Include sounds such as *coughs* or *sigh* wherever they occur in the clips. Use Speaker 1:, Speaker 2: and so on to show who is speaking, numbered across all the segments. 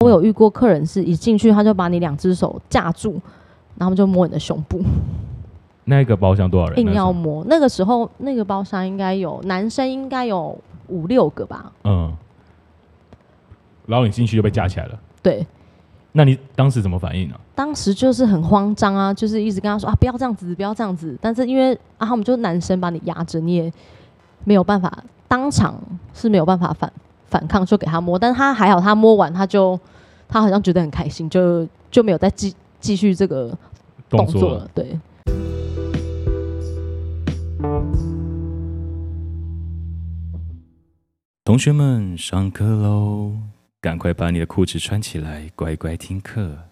Speaker 1: 我有遇过客人是一进去他就把你两只手架住，然后就摸你的胸部，
Speaker 2: 那个包厢多少人？
Speaker 1: *laughs* 硬要摸。那个时候那个包厢应该有男生应该有五六个吧？
Speaker 2: 那时候嗯，然后你进去就被架起来了，
Speaker 1: 对，
Speaker 2: 那你当时怎么反应呢、
Speaker 1: 当时就是很慌张啊，就是一直跟他说啊，不要这样子，不要这样子。但是因为啊，他们就男生把你压着，你也没有办法，当场是没有办法反反抗，就给他摸。但他还好，他摸完他就他好像觉得很开心，就就没有再继继续这个动
Speaker 2: 动
Speaker 1: 作
Speaker 2: 作
Speaker 1: 了。对，
Speaker 3: 同学们，上课喽！赶快把你的裤子穿起来，乖乖听课。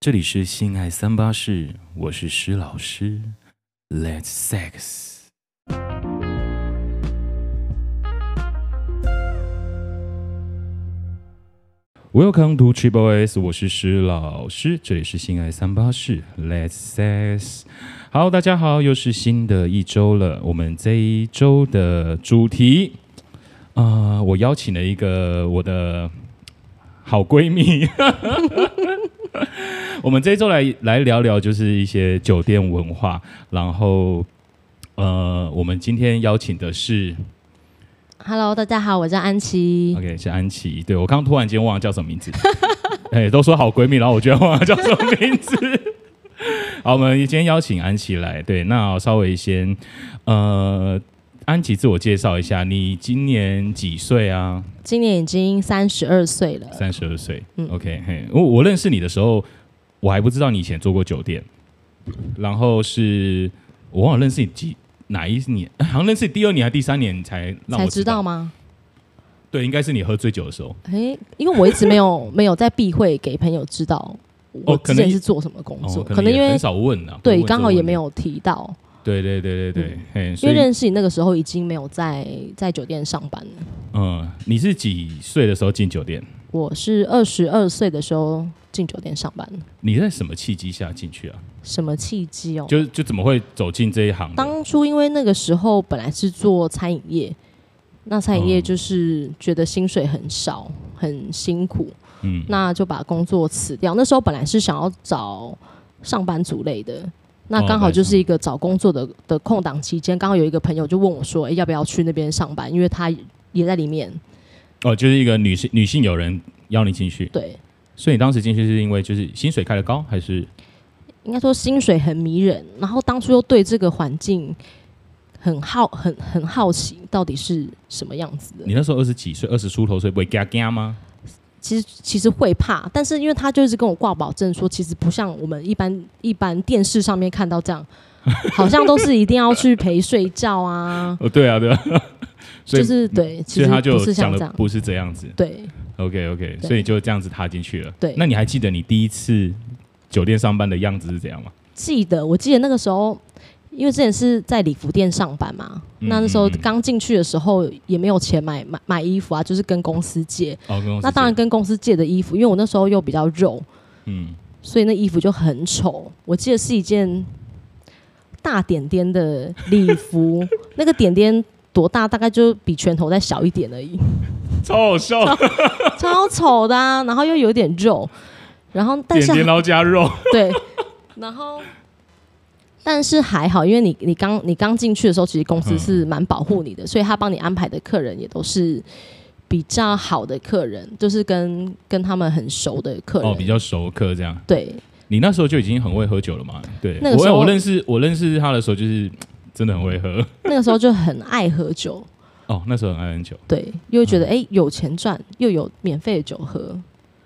Speaker 3: 这里是性爱三八室，我是施老师。Let's sex。
Speaker 2: Welcome to Triple S，我是施老师，这里是性爱三八室，Let's sex。好，大家好，又是新的一周了。我们这一周的主题，啊、我邀请了一个我的好闺蜜。 *laughs* 我们这一周来来聊聊，就是一些酒店文化。然后，呃，我们今天邀请的是
Speaker 1: Hello，大家好，我叫安琪。
Speaker 2: OK，是安琪。对我刚突然间忘了叫什么名字， *laughs* 哎、都说好闺蜜，然后我居然忘了叫什么名字。 *laughs* 好，我们今天邀请安琪来，对，那稍微先，呃，安琪自我介绍一下，你今年几岁啊？
Speaker 1: 今年已经三十二岁了，
Speaker 2: 三十二岁。
Speaker 1: 嗯
Speaker 2: OK，嘿，我我认识你的时候，我还不知道你以前做过酒店，然后是我忘了认识你几哪一年，好像认识你第二年还是第三年才让我
Speaker 1: 才知道吗？
Speaker 2: 对，应该是你喝醉酒的时候。
Speaker 1: 诶、因为我一直没
Speaker 2: *laughs*
Speaker 1: 有没有在避讳给朋友知道我
Speaker 2: 哦可
Speaker 1: 之
Speaker 2: 能
Speaker 1: 前
Speaker 2: 也
Speaker 1: 是做什么工作，
Speaker 2: 哦，
Speaker 1: 可能因
Speaker 2: 也
Speaker 1: 为
Speaker 2: 很少问啊，
Speaker 1: 对
Speaker 2: 不会问这个
Speaker 1: 刚好也没
Speaker 2: 问
Speaker 1: 有提到。
Speaker 2: 题。对对对对对，嘿，
Speaker 1: 因
Speaker 2: 所
Speaker 1: 为
Speaker 2: 以
Speaker 1: 认识你那个时候已经没有在在酒店上班了。
Speaker 2: 嗯，你是几岁的时候进酒店？
Speaker 1: 我是二十二岁的时候进酒店上班，
Speaker 2: 你在什么契机下进去啊？
Speaker 1: 什么契机哦？
Speaker 2: 就就怎么会走进这一行的？
Speaker 1: 当初因为那个时候本来是做餐饮业，那餐饮业
Speaker 2: 嗯
Speaker 1: 就是觉得薪水很少，很辛苦，
Speaker 2: 嗯
Speaker 1: 那就把工作辞掉。那时候本来是想要找上班族类的。那
Speaker 2: 哦
Speaker 1: 刚好
Speaker 2: 对
Speaker 1: 就是一个找工作的的空档期间，刚好有一个朋友就问我说：“哎诶要不要去那边上班？”因为他也在里面。
Speaker 2: 哦，就是一个女性女性友人邀你进去，
Speaker 1: 对，
Speaker 2: 所以你当时进去是因为就是薪水开的高，还是
Speaker 1: 应该说薪水很迷人，然后当初又对这个环境很好很很好奇，到底是什么样子的
Speaker 2: 你。那时候二十几岁，二十出头岁不会嘎嘎吗？
Speaker 1: 其实其实会怕，但是因为他就是跟我挂保证说，其实不像我们一般一般电视上面看到这样，好像都是一定要去陪睡觉啊，
Speaker 2: 哦，对啊， *laughs* 对啊，所以嗯
Speaker 1: 就是对，其
Speaker 2: 所以
Speaker 1: 实
Speaker 2: 他
Speaker 1: 不
Speaker 2: 就是
Speaker 1: 像
Speaker 2: 想
Speaker 1: 这
Speaker 2: 的
Speaker 1: 样，
Speaker 2: 不是这样子。
Speaker 1: 对。
Speaker 2: OK OK，
Speaker 1: 对
Speaker 2: 所以就这样子踏进去了。
Speaker 1: 对
Speaker 2: 那你还记得你第一次酒店上班的样子是怎样吗？
Speaker 1: 记得，我记得那个时候，因为之前是在礼服店上班嘛，
Speaker 2: 嗯
Speaker 1: 那那时候
Speaker 2: 嗯嗯
Speaker 1: 刚进去的时候也没有钱买买买衣服啊，就是跟公司借。
Speaker 2: 哦，跟公司
Speaker 1: 那当然
Speaker 2: 借，
Speaker 1: 跟公司借的衣服，因为我那时候又比较肉，
Speaker 2: 嗯，
Speaker 1: 所以那衣服就很丑。我记得是一件大点点的礼服， *laughs* 那个点点多大，大概就比拳头再小一点而已，
Speaker 2: *laughs*
Speaker 1: *laughs*
Speaker 2: 超好笑，
Speaker 1: 超丑的、啊，然后又有点肉，然后但
Speaker 2: 点
Speaker 1: 是
Speaker 2: 点捞
Speaker 1: *laughs*
Speaker 2: 加肉，
Speaker 1: 对，然后。但是还好，因为你你刚你刚进去的时候，其实公
Speaker 2: 嗯
Speaker 1: 司是蛮保护你的，所以他帮你安排的客人也都是比较好的客人，就是跟跟他们很熟的客人。
Speaker 2: 哦，比较熟客这样。
Speaker 1: 对，
Speaker 2: 你那时候就已经很会喝酒了嘛？对，
Speaker 1: 那个时候
Speaker 2: 我我认识我认识他的时候，就是嘖真的很会喝。
Speaker 1: 那个时候就很爱喝酒，
Speaker 2: 哦，那时候很爱喝酒。
Speaker 1: 对，又会觉得
Speaker 2: 嗯
Speaker 1: 哎、诶有钱赚，又有免费的酒喝，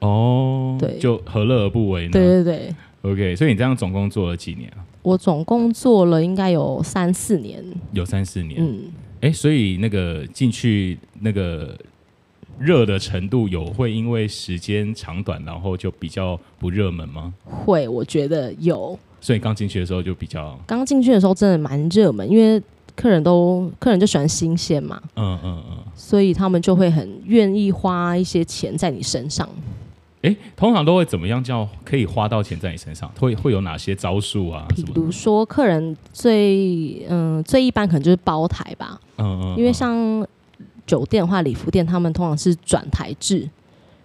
Speaker 2: 哦，
Speaker 1: 对
Speaker 2: 就何乐而不为呢？
Speaker 1: 对对对。
Speaker 2: o k 所以你这样总共做了几年啊？
Speaker 1: 我总共做了应该有三四年，
Speaker 2: 有三四年。
Speaker 1: 嗯，
Speaker 2: 哎、所以那个进去那个热的程度有会因为时间长短，然后就比较不热门吗？
Speaker 1: 会我觉得有。
Speaker 2: 所以刚进去的时候就比较，
Speaker 1: 刚进去的时候真的蛮热门，因为客人都客人就喜欢新鲜嘛，
Speaker 2: 嗯嗯嗯。
Speaker 1: 所以他们就会很愿意花一些钱在你身上。
Speaker 2: 哎、通常都会怎么样叫可以花到钱在你身上？会会有哪些招数啊？
Speaker 1: 比
Speaker 2: 什么的？
Speaker 1: 如说，客人最嗯最一般可能就是包台吧，
Speaker 2: 嗯嗯嗯，
Speaker 1: 因为像酒店的话，礼服店他们通常是转台制，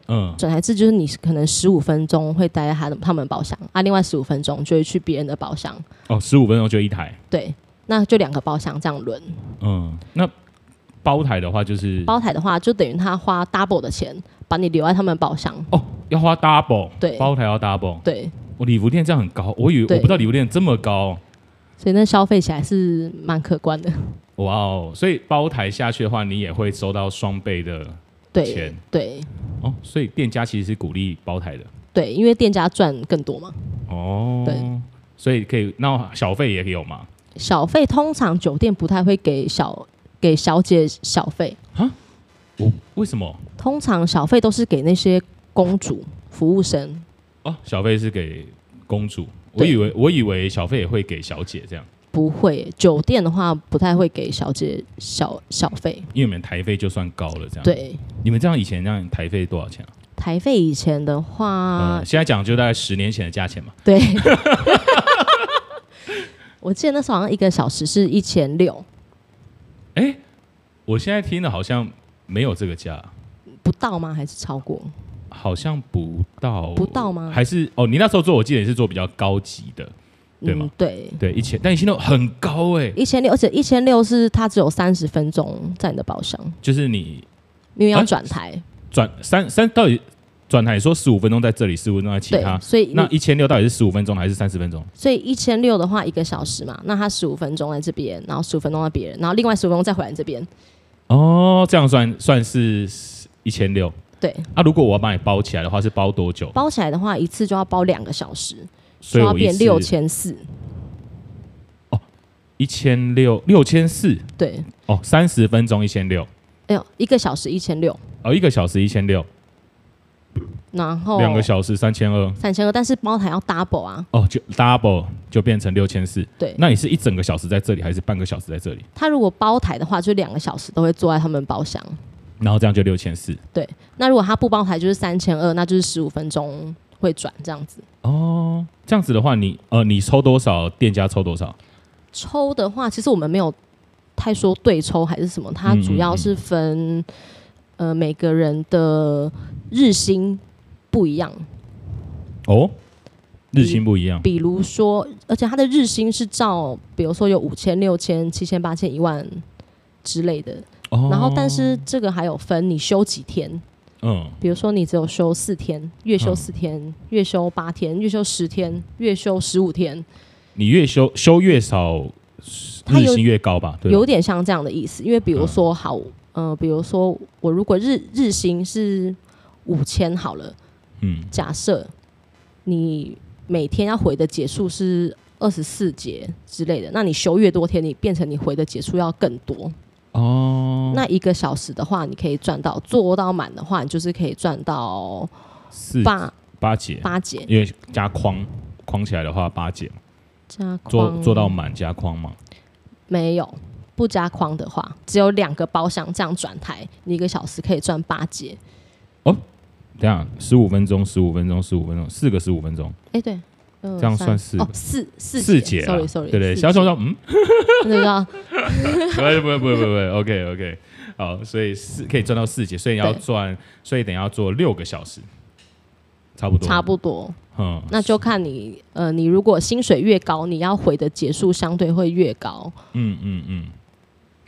Speaker 2: 嗯，
Speaker 1: 转台制就是你可能十五分钟会待在他的他们的包厢，啊，另外十五分钟就会去别人的包厢，
Speaker 2: 哦，十五分钟就一台，
Speaker 1: 对，那就两个包厢这样轮。
Speaker 2: 嗯，那包台的话就是
Speaker 1: 包台的话，就等于他花 double 的钱把你留在他们包厢，
Speaker 2: 哦，要花 double，
Speaker 1: 对
Speaker 2: 包台要 double，
Speaker 1: 对，
Speaker 2: 我礼服店这样很高，我以为我
Speaker 1: 对
Speaker 2: 不知道礼服店这么高，
Speaker 1: 所以那消费起来是蛮可观的。
Speaker 2: 哇哦，所以包台下去的话，你也会收到双倍的
Speaker 1: 对
Speaker 2: 钱
Speaker 1: 对
Speaker 2: 哦，所以店家其实是鼓励包台的
Speaker 1: 对，因为店家赚更多嘛。
Speaker 2: 哦，
Speaker 1: 对，
Speaker 2: 所以可以那小费也有嘛，
Speaker 1: 小费通常酒店不太会给小给小姐小费，嗯
Speaker 2: 我为什么？
Speaker 1: 通常小费都是给那些公主服务生。
Speaker 2: 哦，小费是给公主，我
Speaker 1: 对
Speaker 2: 以为我以为小费也会给小姐这样，
Speaker 1: 不会，酒店的话不太会给小姐小小费。
Speaker 2: 因为你们台费就算高了这样。，
Speaker 1: 对，
Speaker 2: 你们这样以前这样台费多少钱啊？
Speaker 1: 台费以前的话
Speaker 2: 嗯，，现在讲就大概十年前的价钱嘛。
Speaker 1: 对， *laughs* 我记得那时候好像一个小时是一千六，嗯
Speaker 2: 哎，我现在听的好像没有这个价，
Speaker 1: 不到吗？还是超过？
Speaker 2: 好像不到
Speaker 1: 不到吗
Speaker 2: 还是哦，你那时候做我记得也是做比较高级的，对吗
Speaker 1: 嗯，对，
Speaker 2: 对，一千，但你现在很高哎、
Speaker 1: 一千六，而且一千六是它只有三十分钟在你的包厢，
Speaker 2: 就是你
Speaker 1: 因为
Speaker 2: 啊
Speaker 1: 要转台，
Speaker 2: 转三三到底转台说十五分钟在这里，十五分钟在其他
Speaker 1: 对，，所以
Speaker 2: 那
Speaker 1: 你
Speaker 2: 一千六到底是十五分钟还是三十分钟？
Speaker 1: 所以一千六的话一个小时嘛，那它十五分钟在这边，然后十五分钟在别人，然后另外十五分钟再回来这边，
Speaker 2: 哦，这样算算是一千六。
Speaker 1: 对，
Speaker 2: 啊，如果我要把你包起来的话，是包多久？
Speaker 1: 包起来的话一次就要包两个小时，就
Speaker 2: 所以
Speaker 1: 要
Speaker 2: 我一
Speaker 1: 变
Speaker 2: 次
Speaker 1: 六千四，
Speaker 2: 一千六六千四
Speaker 1: 对，
Speaker 2: 哦，三十分钟一千六
Speaker 1: 哎呦，一个小时一千六，
Speaker 2: 哦，一个小时一千六，
Speaker 1: 然后
Speaker 2: 两个小时三千二
Speaker 1: 三千二，但是包台要 double 啊，
Speaker 2: 哦，就 double 就变成六千四。
Speaker 1: 对，
Speaker 2: 那你是一整个小时在这里，还是半个小时在这里？
Speaker 1: 他如果包台的话，就两个小时都会坐在他们包厢。
Speaker 2: 然后这样就六千四
Speaker 1: 那如果他不包台，就是三千二，那就是十五分钟会转这样子。
Speaker 2: 哦。这样子的话，你呃，你抽多少，店家抽多少？
Speaker 1: 抽的话，其实我们没有太说对抽还是什么，它
Speaker 2: 嗯嗯
Speaker 1: 主要是分、呃每个人的日薪不一样。
Speaker 2: 哦，日薪不一样
Speaker 1: 比如说，而且他的日薪是照，比如说有五千、六千、七千、八千、一万之类的。
Speaker 2: 哦。
Speaker 1: 然后，但是这个还有分你休几天，
Speaker 2: 嗯，
Speaker 1: 比如说你只有休四天，月休
Speaker 2: 嗯
Speaker 1: 四天，月休八天，月休十天，月休十五天，
Speaker 2: 你越休休越少，
Speaker 1: 它
Speaker 2: 日
Speaker 1: 有
Speaker 2: 薪越高吧？对吧，嗯
Speaker 1: 有点像这样的意思。因为比如说好，呃，比如说我如果日日薪是五千好了，
Speaker 2: 嗯，
Speaker 1: 假设你每天要回的结束是二十四节之类的，那你休越多天，你变成你回的结束要更多。
Speaker 2: 哦，
Speaker 1: 那一个小时的话，你可以赚到做到满的话，你就是可以赚到
Speaker 2: 四
Speaker 1: 八
Speaker 2: 八节，
Speaker 1: 八节
Speaker 2: 因为加框框起来的话八节嘛，
Speaker 1: 加框
Speaker 2: 做做到满加框嘛。
Speaker 1: 没有不加框的话，只有两个包厢这样转台，你一个小时可以赚八节。
Speaker 2: 这样十五分钟，十五分钟，十五分钟，四个十五分钟，
Speaker 1: 哎，对，呃
Speaker 2: 这样
Speaker 1: 三
Speaker 2: 算四
Speaker 1: 哦，四四
Speaker 2: 四节啊
Speaker 1: sorry sorry，
Speaker 2: 对对，
Speaker 1: 四
Speaker 2: 小
Speaker 1: 节
Speaker 2: 丑说嗯，
Speaker 1: 那个
Speaker 2: *laughs*
Speaker 1: 叫
Speaker 2: 不会不会不会不会，OK OK，好，所以四可以赚到四节，所以你要
Speaker 1: 对
Speaker 2: 赚，所以等一下要做六个小时，差不多，
Speaker 1: 差不多，
Speaker 2: 多，嗯，
Speaker 1: 那就看你呃，你如果薪水越高，你要回的结束相对会越高。
Speaker 2: 嗯嗯嗯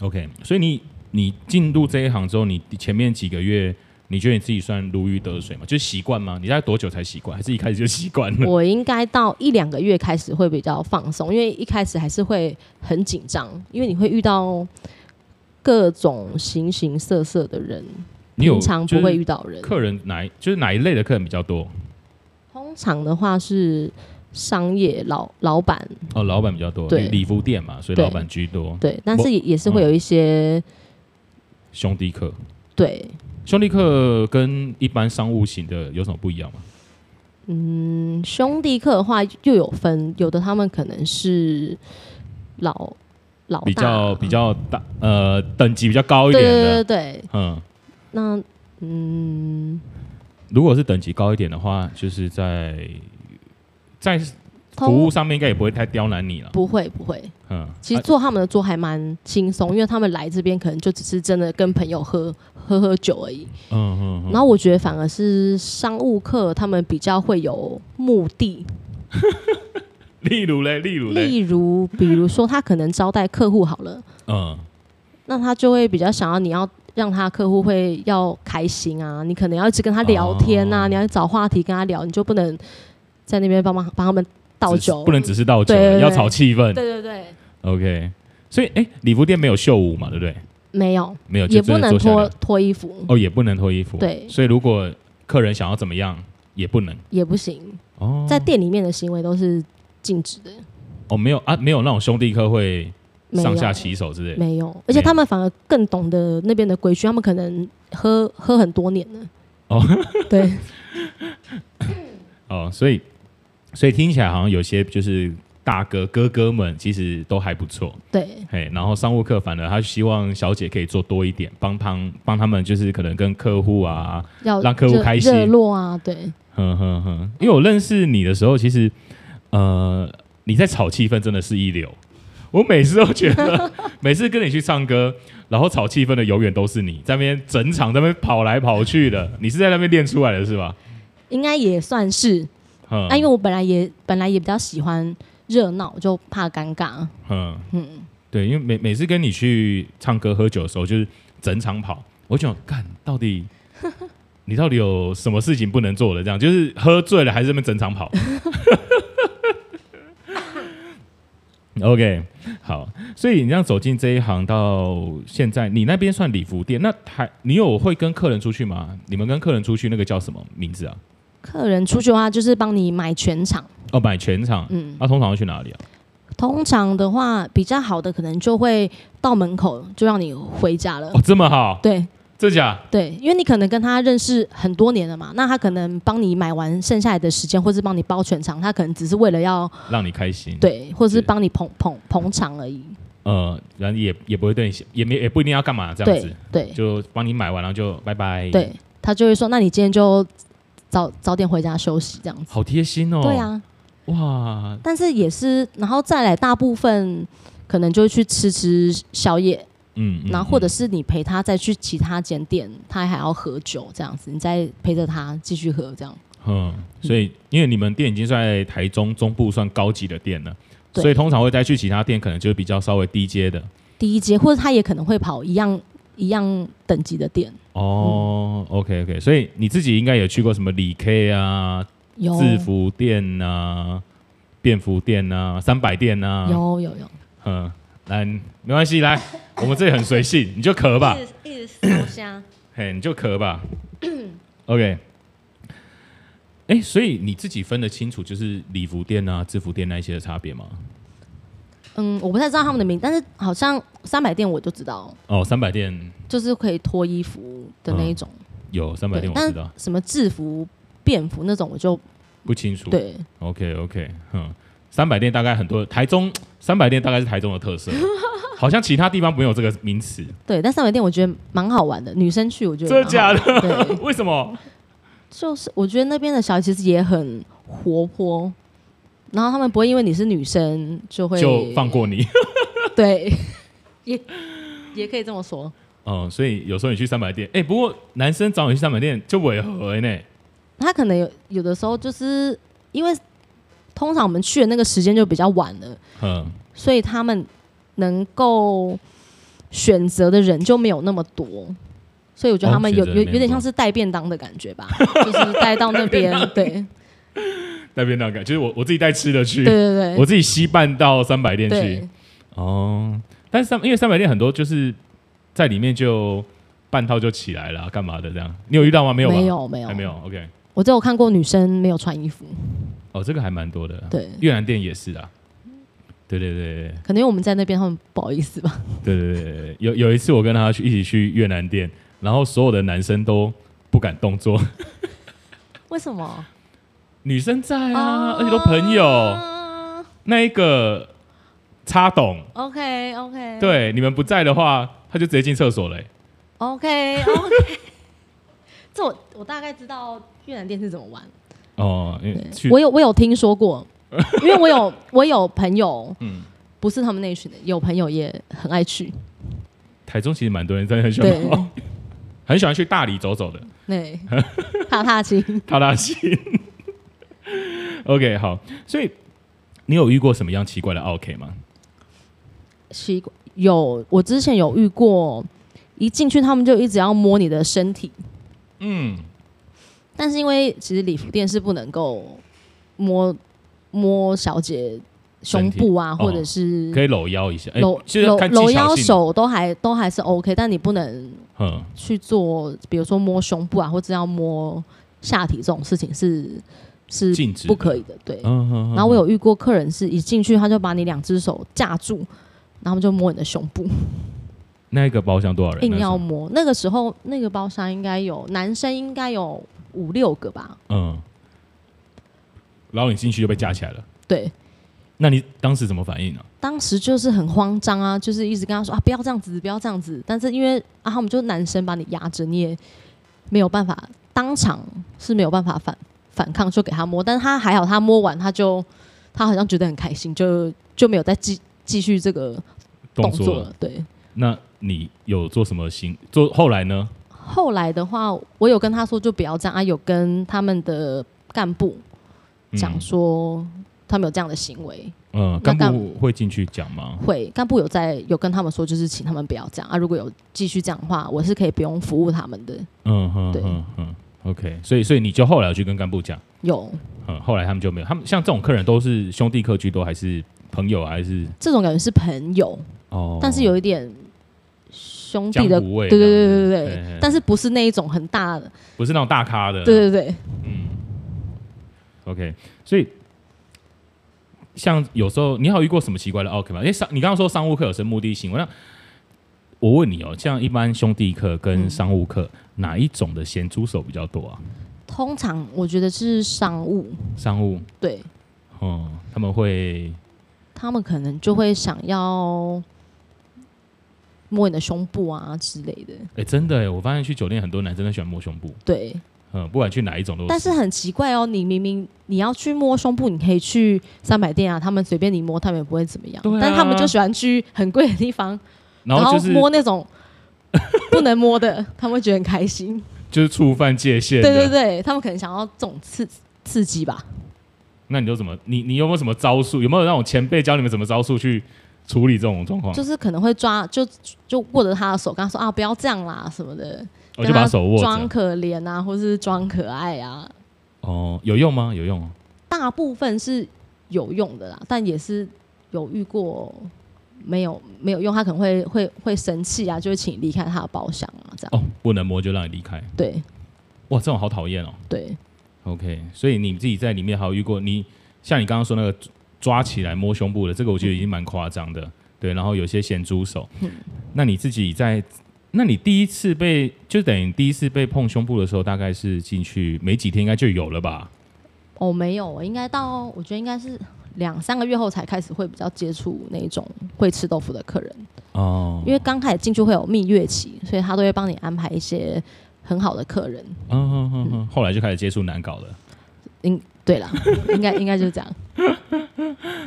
Speaker 2: ，OK，所以你你进入这一行之后，你前面几个月。你觉得你自己算如鱼得水吗？就是习惯吗？你大概多久才习惯？还是一开始就习惯了？
Speaker 1: 我应该到一两个月开始会比较放松，因为一开始还是会很紧张，因为你会遇到各种形形色色的人，
Speaker 2: 你有
Speaker 1: 平常
Speaker 2: 就
Speaker 1: 不
Speaker 2: 是
Speaker 1: 会遇到人。
Speaker 2: 客人哪一就是哪一类的客人比较多？
Speaker 1: 通常的话是商业老老板
Speaker 2: 哦，老板比较多，
Speaker 1: 对
Speaker 2: 礼服店嘛，所以
Speaker 1: 对
Speaker 2: 老板居多。
Speaker 1: 对，但是
Speaker 2: 我
Speaker 1: 也也是会有一些、
Speaker 2: 兄弟客，
Speaker 1: 对
Speaker 2: 兄弟客跟一般商务型的有什么不一样吗？
Speaker 1: 嗯，兄弟课的话又有分，有的他们可能是老老大
Speaker 2: 比较比较大，呃，等级比较高一
Speaker 1: 对
Speaker 2: 点
Speaker 1: 对呃对
Speaker 2: 的，
Speaker 1: 对，
Speaker 2: 嗯，
Speaker 1: 那嗯，
Speaker 2: 如果是等级高一点的话，就是在在服务
Speaker 1: 通
Speaker 2: 上面应该也不会太刁难你了。
Speaker 1: 不会不会，
Speaker 2: 嗯，
Speaker 1: 其实
Speaker 2: 啊
Speaker 1: 做他们的桌还蛮轻松，因为他们来这边可能就只是真的跟朋友喝喝喝酒而已。
Speaker 2: 嗯嗯嗯，
Speaker 1: 然后我觉得反而是商务课，他们比较会有目的，
Speaker 2: 例如嘞，例如嘞，
Speaker 1: 例如比如说他可能招待客户好了，
Speaker 2: 嗯，
Speaker 1: 那他就会比较想要你要让他客户会要开心啊，你可能要一直跟他聊天啊，
Speaker 2: 哦
Speaker 1: 你要找话题跟他聊，你就不能在那边帮忙帮他们倒
Speaker 2: 只是
Speaker 1: 酒，
Speaker 2: 不能只是倒酒，
Speaker 1: 对对对
Speaker 2: 要炒气氛。
Speaker 1: 对对对，
Speaker 2: OK，所以哎，礼服店没有秀舞嘛，对不对？
Speaker 1: 没有，
Speaker 2: 没有，就
Speaker 1: 也
Speaker 2: 真
Speaker 1: 不
Speaker 2: 的
Speaker 1: 能
Speaker 2: 坐下
Speaker 1: 脱
Speaker 2: 来
Speaker 1: 脱衣服，
Speaker 2: 哦，也不能脱衣服。
Speaker 1: 对
Speaker 2: 所以如果客人想要怎么样，也不能
Speaker 1: 也不行，
Speaker 2: 哦。
Speaker 1: 在店里面的行为都是禁止的，
Speaker 2: 哦，没有啊，没有那种兄弟客会
Speaker 1: 没有
Speaker 2: 上下其手之类的。
Speaker 1: 没有，而且他们反而更懂得那边的规矩，他们可能喝喝很多年了。
Speaker 2: 哦，
Speaker 1: 对，
Speaker 2: 哦，所以所以听起来好像有些就是大哥哥哥们其实都还不错，
Speaker 1: 对，
Speaker 2: 嘿，然后商务客反而他希望小姐可以做多一点，帮帮帮他们就是可能跟客户啊，
Speaker 1: 要
Speaker 2: 让客户
Speaker 1: 热
Speaker 2: 开心
Speaker 1: 热络啊，对，
Speaker 2: 哼哼哼，因为我认识你的时候，其实呃你在炒气氛真的是一流，我每次都觉得 *laughs* 每次跟你去唱歌，然后炒气氛的永远都是你在那边整场在那边跑来跑去的，你是在那边练出来的是吧？
Speaker 1: 应该也算是。
Speaker 2: 嗯，
Speaker 1: 啊，因为我本来也本来也比较喜欢热闹，就怕尴尬。
Speaker 2: 嗯，对，因为每每次跟你去唱歌喝酒的时候，就是整场跑，我就想干到底。你到底有什么事情不能做的？这样就是喝醉了还是这边整场跑？OK，好，所以你这样走进这一行到现在，你那边算礼服店，那还你有会跟客人出去吗？你们跟客人出去那个叫什么名字啊？
Speaker 1: 客人出去的话，就是帮你买全场。
Speaker 2: 哦，买全场，
Speaker 1: 嗯，
Speaker 2: 那、通常会去哪里啊？
Speaker 1: 通常的话，比较好的可能就会到门口就让你回家了。
Speaker 2: 哦，这么好，
Speaker 1: 对
Speaker 2: 真假？
Speaker 1: 对，因为你可能跟他认识很多年了嘛，那他可能帮你买完剩下来的时间，或是帮你包全场，他可能只是为了要
Speaker 2: 让你开心，
Speaker 1: 对，或
Speaker 2: 是
Speaker 1: 是帮你捧捧捧场而已。
Speaker 2: 呃，然后也也不会对你想，也没也不一定要干嘛这样
Speaker 1: 对
Speaker 2: 子，
Speaker 1: 对
Speaker 2: 就帮你买完然后就拜拜。，
Speaker 1: 对，他就会说，那你今天就早早点回家休息这样子。
Speaker 2: 好贴心哦。
Speaker 1: 对，啊，
Speaker 2: 哇，
Speaker 1: 但是也是，然后再来大部分可能就会去吃吃宵夜，
Speaker 2: 嗯，嗯
Speaker 1: 然后或者
Speaker 2: 嗯
Speaker 1: 是你陪他再去其他间店，他还要喝酒这样子，你再陪着他继续喝这样。
Speaker 2: 嗯，所以因为你们店已经在台中中部算高级的店了，
Speaker 1: 对
Speaker 2: 所以通常会再去其他店，可能就是比较稍微低阶的。
Speaker 1: 第一节，或者他也可能会跑一样一样等级的店，
Speaker 2: 哦、o
Speaker 1: 嗯
Speaker 2: k OK，所以你自己应该也去过什么李 K 啊、
Speaker 1: 有
Speaker 2: 制服店啊、便服店啊、三百店啊，
Speaker 1: 有有有，
Speaker 2: 嗯，来，没关系，来，我们这里很随性，你就
Speaker 1: *laughs*
Speaker 2: 咳吧。
Speaker 1: 一直烧香。
Speaker 2: 嘿，你就
Speaker 1: *coughs*
Speaker 2: 咳吧。OK。哎，所以你自己分得清楚就是礼服店啊、制服店那一些的差别吗？
Speaker 1: 嗯，我不太知道他们的名，但是好像三百店我就知道，
Speaker 2: 哦，三百店
Speaker 1: 就是可以脱衣服的那一种。
Speaker 2: 有嗯三百
Speaker 1: 对
Speaker 2: 店，我
Speaker 1: 但
Speaker 2: 知道
Speaker 1: 什么制服、便服那种，我就
Speaker 2: 不清楚。
Speaker 1: 对
Speaker 2: ，OK OK，嗯，三百店大概很多台中三百店大概是台中的特
Speaker 1: *laughs*
Speaker 2: 色，好像其他地方没有这个名词，
Speaker 1: 对。但三百店我觉得蛮好玩的，女生去我觉得
Speaker 2: 真
Speaker 1: 蛮好
Speaker 2: 的假
Speaker 1: 玩
Speaker 2: 的？
Speaker 1: 对， *laughs*
Speaker 2: 为什么？
Speaker 1: 就是我觉得那边的小孩其实也很活泼，然后他们不会因为你是女生就会
Speaker 2: 就放过你？ *laughs*
Speaker 1: 对，也也可以这么说。
Speaker 2: 哦、所以有时候你去三百店，哎、不过男生找你去三百店就违和呢、
Speaker 1: 他可能有有的时候就是因为通常我们去的那个时间就比较晚了，
Speaker 2: 嗯，
Speaker 1: 所以他们能够选择的人就没有那么多，所以我觉得他们
Speaker 2: 哦
Speaker 1: 有、
Speaker 2: 选择
Speaker 1: 有
Speaker 2: 没那么
Speaker 1: 有点像
Speaker 2: 多
Speaker 1: 是带便当的感觉
Speaker 2: *laughs*
Speaker 1: 吧，就是带到那边，对
Speaker 2: 那边那个就是我我自己带吃的去，
Speaker 1: 对对
Speaker 2: 我
Speaker 1: 对
Speaker 2: 自己西半到三百店去
Speaker 1: 哎对。
Speaker 2: 哦，但是三因为三百店很多就是在里面就半套就起来了啊、干嘛的这样？你有遇到吗？没有吧？
Speaker 1: 没有没有
Speaker 2: 还没有。OK，
Speaker 1: 我只有看过女生没有穿衣服，
Speaker 2: 哦，这个还蛮多的。
Speaker 1: 对，
Speaker 2: 越南店也是啊。对对对
Speaker 1: 可能因为我们在那边，他们不好意思吧。
Speaker 2: 对对对对对，有有一次我跟他去一起去越南店，然后所有的男生都不敢动作，
Speaker 1: *laughs*
Speaker 2: *laughs*
Speaker 1: 为什么？
Speaker 2: 女生在啊，而且都朋友。
Speaker 1: 啊
Speaker 2: 那一个插董，
Speaker 1: OK OK，
Speaker 2: 对，你们不在的话，他就直接进厕所了欸、
Speaker 1: OK OK，这我我大概知道越南店是怎么玩。
Speaker 2: 哦，因为去 *laughs*
Speaker 1: 我有我有听说过，因为我有我有朋友，
Speaker 2: 嗯，
Speaker 1: 不是他们那一群的，有朋友也很爱去，
Speaker 2: 台中其实蛮多人真的很喜欢
Speaker 1: 对
Speaker 2: 跑， *laughs* 很喜欢去大理走走
Speaker 1: *laughs*
Speaker 2: 的， *laughs*
Speaker 1: 对，踏踏青。
Speaker 2: 踏踏青。OK，好，所以你有遇过什么样奇怪的 OK 吗？
Speaker 1: 奇怪，有我之前有遇过，一进去他们就一直要摸你的身体，
Speaker 2: 嗯，
Speaker 1: 但是因为其实礼服店是不能够摸摸小姐胸部啊，
Speaker 2: 身体哦
Speaker 1: 或者是
Speaker 2: 可以搂腰一下，哎、
Speaker 1: 搂
Speaker 2: 就是
Speaker 1: 搂
Speaker 2: 看技巧
Speaker 1: 搂
Speaker 2: 性
Speaker 1: 腰，手都还都还是 OK，但你不能
Speaker 2: 嗯，
Speaker 1: 去做，比如说摸胸部啊，或者要摸下体这种事情是是
Speaker 2: 禁止的
Speaker 1: 不可以的，对。
Speaker 2: 嗯嗯，
Speaker 1: 然后我有遇过客人是一进去他就把你两只手架住，然后他们就摸你的胸部。
Speaker 2: 那一个包厢多少人？
Speaker 1: *laughs* 硬要
Speaker 2: 那时
Speaker 1: 摸。那个时候那个包厢应该有男生应该有五六个吧？
Speaker 2: 候嗯，然后你进去就被架起来了，
Speaker 1: 对，
Speaker 2: 那你当时怎么反应呢、
Speaker 1: 当时就是很慌张啊，就是一直跟他说啊不要这样子，不要这样子。但是因为啊他们就男生把你压着，你也没有办法，当场是没有办法反反抗，就给他摸。但是他还好，他摸完他就他好像觉得很开心，就就没有再继继续这个动
Speaker 2: 作
Speaker 1: 作了。对，
Speaker 2: 那你有做什么行？做后来呢？
Speaker 1: 后来的话，我有跟他说就不要这样啊，有跟他们的干部讲说他们有这样的行为，
Speaker 2: 嗯，嗯，
Speaker 1: 那
Speaker 2: 干部会进去讲吗？
Speaker 1: 会干部有在有跟他们说，就是请他们不要这样啊。如果有继续这样的话，我是可以不用服务他们的。
Speaker 2: 嗯哼
Speaker 1: 对
Speaker 2: 哼哼，OK，所以所以你就后来有去跟干部讲，
Speaker 1: 有
Speaker 2: 嗯，后来他们就没有，他们像这种客人都是兄弟客居多，还是朋友啊，还是
Speaker 1: 这种感觉是朋友，
Speaker 2: 哦？
Speaker 1: 但是有一点兄弟的，
Speaker 2: 江湖味
Speaker 1: 对对对
Speaker 2: 这
Speaker 1: 对
Speaker 2: 样子啊
Speaker 1: 对
Speaker 2: 嘿嘿
Speaker 1: 对，但是不是那一种很大的，
Speaker 2: 不是那种大咖的，
Speaker 1: 对对对，
Speaker 2: 嗯，OK，所以像有时候你还有遇过什么奇怪的 OK 吗？因为商你刚刚说商务课有是目的性，那我问你哦，像一般兄弟课跟
Speaker 1: 嗯
Speaker 2: 商务课、哪一种的咸猪手比较多啊？
Speaker 1: 通常我觉得是商务，
Speaker 2: 商务，
Speaker 1: 对
Speaker 2: 哦、他们会
Speaker 1: 他们可能就会想要摸你的胸部啊之类的，
Speaker 2: 哎、真的哎，我发现去酒店很多男生都喜欢摸胸部，
Speaker 1: 对。
Speaker 2: 嗯，不管去哪一种都
Speaker 1: 但是很奇怪哦，你明明你要去摸胸部，你可以去三百店啊，他们随便你摸，他们也不会怎么样。
Speaker 2: 对啊
Speaker 1: 但他们就喜欢去很贵的地方，
Speaker 2: 然后就是
Speaker 1: 摸那
Speaker 2: *laughs*
Speaker 1: 种不能摸的，他们会觉得很开心。
Speaker 2: 就是触犯界限
Speaker 1: 对对
Speaker 2: 的，
Speaker 1: 对，他们可能想要这种刺刺激吧。
Speaker 2: 那你都怎么？你你有没有什么招数？有没有那种前辈教你们什么招数去处理这种状况？
Speaker 1: 就是可能会抓，就就握着他的手，跟他说啊，不要这样啦什么的，
Speaker 2: 我哦就把手握
Speaker 1: 装
Speaker 2: 着。
Speaker 1: 可怜啊，或是装可爱啊，
Speaker 2: 哦，有用吗？有用哦。
Speaker 1: 大部分是有用的啦，但也是有遇过没有没有用，他可能会会会生气啊，就会请你离开他的包厢啊，这样。
Speaker 2: 哦，不能摸就让你离开。
Speaker 1: 对
Speaker 2: 哇，这种好讨厌哦。
Speaker 1: 对，
Speaker 2: OK，所以你自己在里面还有遇过你，像你刚刚说那个抓起来摸胸部的，这个我觉得已经蛮夸张的。对，然后有些咸猪手。
Speaker 1: 嗯
Speaker 2: 那你自己在，那你第一次被就等于你第一次被碰胸部的时候，大概是进去没几天，应该就有了吧？
Speaker 1: 哦没有，我应该到我觉得应该是两三个月后才开始会比较接触那种会吃豆腐的客人，
Speaker 2: 哦
Speaker 1: 因为刚开始进去会有蜜月期，所以他都会帮你安排一些很好的客人。
Speaker 2: 嗯嗯嗯嗯，后来就开始接触难搞了。
Speaker 1: 应对啦， *laughs* 应该应该就是这样。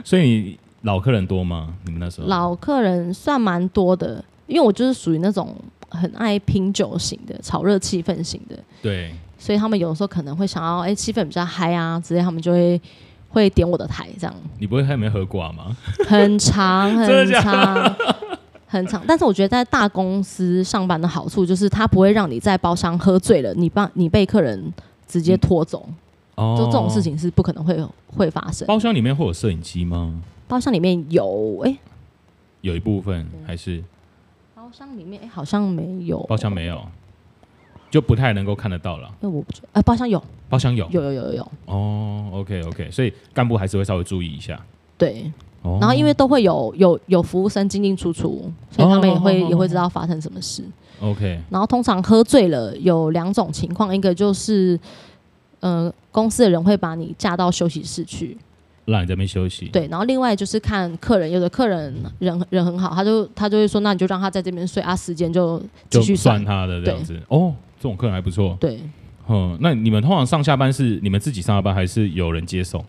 Speaker 2: 所以你老客人多吗？你们那时候？
Speaker 1: 老客人算蛮多的，因为我就是属于那种很爱拼酒型的、炒热气氛型的，
Speaker 2: 对，
Speaker 1: 所以他们有的时候可能会想要，哎、气氛比较嗨啊之类，他们就会会点我的台，这样
Speaker 2: 你不会还没喝挂吗？
Speaker 1: 很长
Speaker 2: *laughs* 真
Speaker 1: 很
Speaker 2: 的假
Speaker 1: 长 *laughs* 很长。但是我觉得在大公司上班的好处就是，它不会让你在包厢喝醉了，你帮你被客人直接拖走，
Speaker 2: 哦
Speaker 1: 就这种事，情是不可能会有会发生。
Speaker 2: 包厢里面会有摄影机吗？
Speaker 1: 包厢里面有，哎、
Speaker 2: 有一部分还是
Speaker 1: 包厢里面哎、好像没有，
Speaker 2: 包厢没有，就不太能够看得到了。
Speaker 1: 因为我不觉得，呃，包厢有，
Speaker 2: 包厢有
Speaker 1: 有有有有有，
Speaker 2: 哦，OK OK，所以干部还是会稍微注意一下。
Speaker 1: 对。
Speaker 2: 哦
Speaker 1: 然后因为都会有有有服务生进进出出，所以他们也会、
Speaker 2: 哦
Speaker 1: 也会知道发生什么事。
Speaker 2: OK，
Speaker 1: 然后通常喝醉了有两种情况，一个就是，呃，公司的人会把你架到休息室去，
Speaker 2: 嗯让你在那边休息。，
Speaker 1: 对。然后另外就是看客人，有的客人人人很好，他就他就会说，那你就让他在这边睡啊，时间就继
Speaker 2: 就
Speaker 1: 续
Speaker 2: 算他的这样子。哦，这种客人还不错。
Speaker 1: 对，
Speaker 2: 嗯，那你们通常上下班是你们自己上下班，还是有人接送？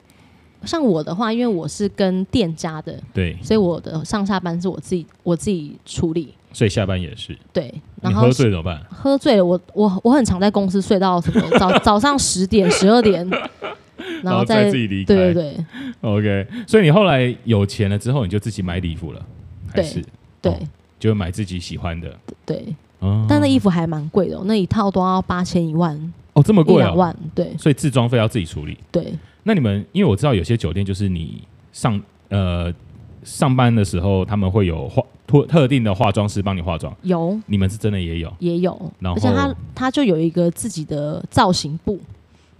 Speaker 1: 像我的话，因为我是跟店家的，
Speaker 2: 对，
Speaker 1: 所以我的上下班是我自己我自己处理。
Speaker 2: 所以下班也是。
Speaker 1: 对，
Speaker 2: 你
Speaker 1: 然后
Speaker 2: 喝醉怎么办？
Speaker 1: 喝醉了，我我我很常在公司睡到什么早早上十点十二
Speaker 2: *laughs*
Speaker 1: 点，然后
Speaker 2: 再
Speaker 1: 再
Speaker 2: 自己离开。
Speaker 1: 对对对
Speaker 2: OK，所以你后来有钱了之后，你就自己买礼服了，还
Speaker 1: 对
Speaker 2: 是
Speaker 1: 对
Speaker 2: 就买自己喜欢的？
Speaker 1: 对，
Speaker 2: 哦，
Speaker 1: 但那衣服还蛮贵的哦、那一套都要八千一万
Speaker 2: 哦这么
Speaker 1: 一
Speaker 2: 贵
Speaker 1: 两
Speaker 2: 哦，
Speaker 1: 万，对
Speaker 2: 所以自装费要自己处理。
Speaker 1: 对
Speaker 2: 那你们因为我知道有些酒店就是你上呃上班的时候，他们会有化特特定的化妆师帮你化妆，
Speaker 1: 有
Speaker 2: 你们是真的也有
Speaker 1: 也有，
Speaker 2: 然
Speaker 1: 而且他
Speaker 2: 后
Speaker 1: 他就有一个自己的造型部，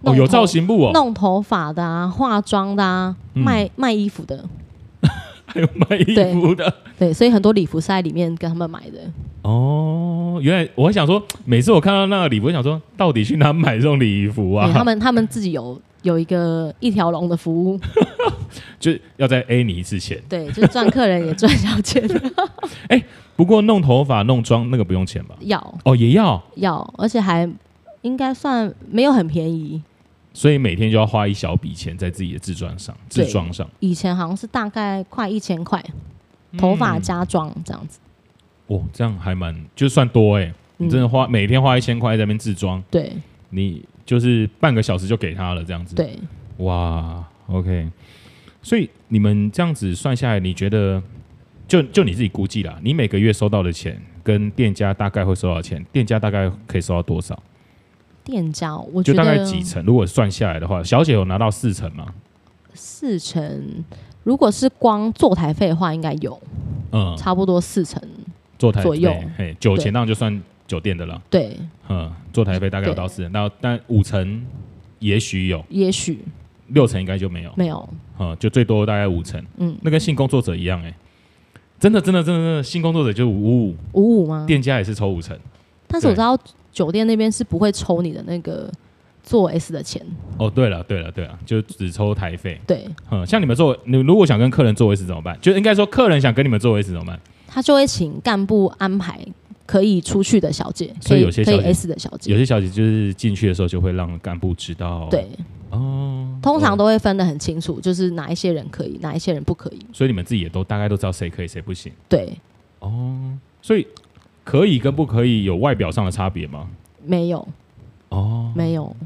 Speaker 2: 哦，
Speaker 1: 弄
Speaker 2: 有
Speaker 1: 头
Speaker 2: 造型部哦，
Speaker 1: 弄头发的啊，化妆的啊，
Speaker 2: 嗯
Speaker 1: 卖卖衣服的，
Speaker 2: *laughs* 还有卖衣
Speaker 1: 对
Speaker 2: 服的
Speaker 1: 对，所以很多礼服是在里面跟他们买的。
Speaker 2: 哦。原来我还想说，每次我看到那个礼服，我想说到底去哪买这种礼服啊？
Speaker 1: 对，他们他们自己有有一个一条龙的服务， *laughs*
Speaker 2: 就是要在 A 你之前。
Speaker 1: 对，就是赚客人也赚小姐，
Speaker 2: 不过弄头发、弄妆那个不用钱吧？
Speaker 1: *laughs* 要
Speaker 2: 哦，也要，
Speaker 1: 要，而且还应该算没有很便宜，
Speaker 2: 所以每天就要花一小笔钱在自己的自装上，自
Speaker 1: 对
Speaker 2: 装上。
Speaker 1: 以前好像是大概快一千块，头发
Speaker 2: 嗯
Speaker 1: 加妆这样子。
Speaker 2: 哦，这样还蛮就算多哎、
Speaker 1: 嗯
Speaker 2: 你真的花、每天花一千块在那边自装，
Speaker 1: 对
Speaker 2: 你就是半个小时就给他了这样子。，
Speaker 1: 对，
Speaker 2: 哇，OK。所以你们这样子算下来，你觉得就就你自己估计啦，你每个月收到的钱跟店家大概会收到的钱，店家大概可以收到多少？
Speaker 1: 店家我
Speaker 2: 就
Speaker 1: 觉
Speaker 2: 大概
Speaker 1: 得
Speaker 2: 几成？如果算下来的话，小姐有拿到四成吗？
Speaker 1: 四成，如果是光坐台费的话，应该有
Speaker 2: 嗯，
Speaker 1: 差不多四成。
Speaker 2: 坐台
Speaker 1: 左右
Speaker 2: 费，嘿，酒钱当然就算酒店的了，
Speaker 1: 对，
Speaker 2: 嗯，坐台费大概有到四成，那但五成也许有，
Speaker 1: 也许
Speaker 2: 六成应该就没有，
Speaker 1: 没有，
Speaker 2: 嗯，就最多大概五成，
Speaker 1: 嗯，
Speaker 2: 那跟性工作者一样、欸，哎，真的真的真的真的，性工作者就五五，
Speaker 1: 五五吗？
Speaker 2: 店家也是抽五成，
Speaker 1: 但是我
Speaker 2: 对
Speaker 1: 知道酒店那边是不会抽你的那个做 S 的钱，
Speaker 2: 哦，对了对了对了，就只抽台费，
Speaker 1: 对
Speaker 2: 嗯，像你们做，你如果想跟客人做一次怎么办？就应该说客人想跟你们做一次怎么办？
Speaker 1: 他就会请干部安排可以出去的小姐，
Speaker 2: 所
Speaker 1: 可
Speaker 2: 以
Speaker 1: 以
Speaker 2: 有些
Speaker 1: 可以
Speaker 2: 小姐
Speaker 1: S 的小
Speaker 2: 有
Speaker 1: 姐，
Speaker 2: 些小姐就是进去的时候就会让干部知道，
Speaker 1: 对，
Speaker 2: 哦，
Speaker 1: 通常
Speaker 2: 都，
Speaker 1: 都会分得很清楚，就是哪一些人可以，哪一些人不可以，
Speaker 2: 所以你们自己也都大概都知道谁可以谁不行。
Speaker 1: 对，
Speaker 2: 哦，所以可以跟不可以有外表上的差别吗？
Speaker 1: 没有
Speaker 2: 哦，
Speaker 1: 没有，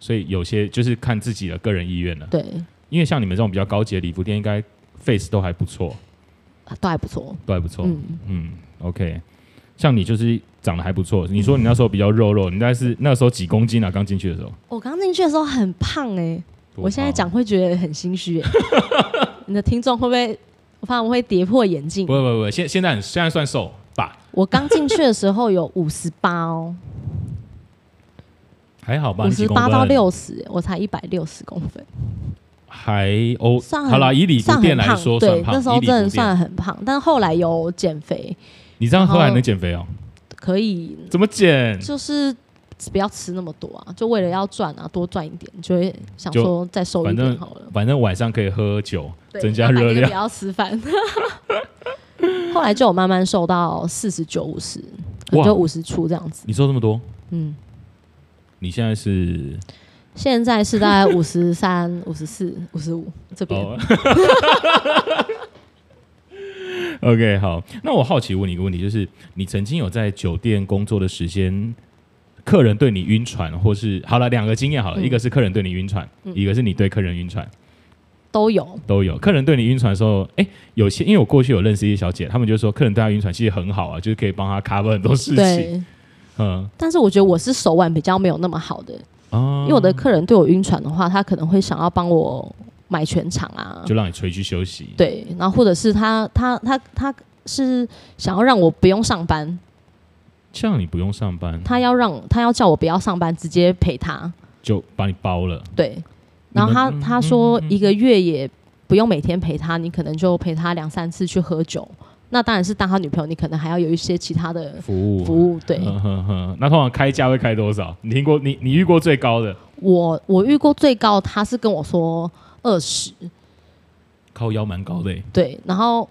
Speaker 2: 所以有些就是看自己的个人意愿了。
Speaker 1: 对，
Speaker 2: 因为像你们这种比较高级的礼服店，应该 face 都还不错，
Speaker 1: 都还不错，
Speaker 2: 都还不错。嗯
Speaker 1: 嗯，
Speaker 2: OK，像你就是长得还不错，你说你那时候比较肉肉，你大概是那时候几公斤啊？刚进去的时候，
Speaker 1: 我刚进去的时候很胖哎、我现在
Speaker 2: 啊
Speaker 1: 讲会觉得很心
Speaker 2: *laughs*
Speaker 1: 虚、欸，你的听众会不会？我怕我会跌破眼镜
Speaker 2: 不。不不，现现在很现在算瘦吧，
Speaker 1: 我刚进去的时候
Speaker 2: *laughs*
Speaker 1: 有五十八哦，
Speaker 2: 还好吧？
Speaker 1: 五
Speaker 2: 你几
Speaker 1: 十
Speaker 2: 公
Speaker 1: 八到
Speaker 2: 分
Speaker 1: 六十，我才一百六十公分，
Speaker 2: 还哦，
Speaker 1: 算
Speaker 2: 好啦，以礼
Speaker 1: 算很
Speaker 2: 服店
Speaker 1: 胖。
Speaker 2: 来说
Speaker 1: 对
Speaker 2: 算，胖，
Speaker 1: 那时候
Speaker 2: 以礼
Speaker 1: 真
Speaker 2: 服
Speaker 1: 的
Speaker 2: 店
Speaker 1: 算很胖，但后来有减肥，
Speaker 2: 你这样喝
Speaker 1: 然
Speaker 2: 还
Speaker 1: 后
Speaker 2: 能减肥哦？
Speaker 1: 可以
Speaker 2: 怎么减？
Speaker 1: 就是不要吃那么多啊，就为了要赚啊，多赚一点，就会想
Speaker 2: 就
Speaker 1: 说再瘦一
Speaker 2: 反正
Speaker 1: 点好了，
Speaker 2: 反正晚上可以喝酒，
Speaker 1: 对
Speaker 2: 增加
Speaker 1: 反正
Speaker 2: 热
Speaker 1: 就
Speaker 2: 量
Speaker 1: 不。要吃饭。 *laughs* 后来就有慢慢瘦到四十九、五十，可能
Speaker 2: 哇
Speaker 1: 就五十出这样子。
Speaker 2: 你瘦这么多，
Speaker 1: 嗯，
Speaker 2: 你现在是
Speaker 1: 现在是大概五十三、五十四、五十五这边。
Speaker 2: 哦。OK，好，
Speaker 1: 嗯
Speaker 2: *laughs* 那我好奇问你一个问题，就是你曾经有在酒店工作的时间，客人对你晕船，或是好了两个经验好了，
Speaker 1: 嗯
Speaker 2: 一个是客人对你晕船，
Speaker 1: 嗯
Speaker 2: 一个是你对客人晕船
Speaker 1: 都有，
Speaker 2: 都有。客人对你晕船的时候，哎、有些因为我过去有认识一些小姐，她们就说客人对她晕船其实很好啊，就是可以帮她 cover 很多事情。
Speaker 1: 对。
Speaker 2: 嗯，
Speaker 1: 但是我觉得我是手腕比较没有那么好的，
Speaker 2: 哦
Speaker 1: 因为我的客人对我晕船的话，他可能会想要帮我买全场啊，
Speaker 2: 就让你回去休息。
Speaker 1: 对，然后或者是他他他他是想要让我不用上班，
Speaker 2: 这样你不用上班，
Speaker 1: 他要让他要叫我不要上班，直接陪他，
Speaker 2: 就把你包了。
Speaker 1: 对。然后他
Speaker 2: 你们嗯
Speaker 1: 他说一个月也不用每天陪他，你可能就陪他两三次去喝酒，那当然是当他女朋友，你可能还要有一些其他的
Speaker 2: 服务嗯
Speaker 1: 服务，对。
Speaker 2: 哼哼哼，那通常开价会开多少？你听过你你遇过最高的？
Speaker 1: 我我遇过最高，他是跟我说二十，
Speaker 2: 靠腰蛮高的、欸，
Speaker 1: 对，然后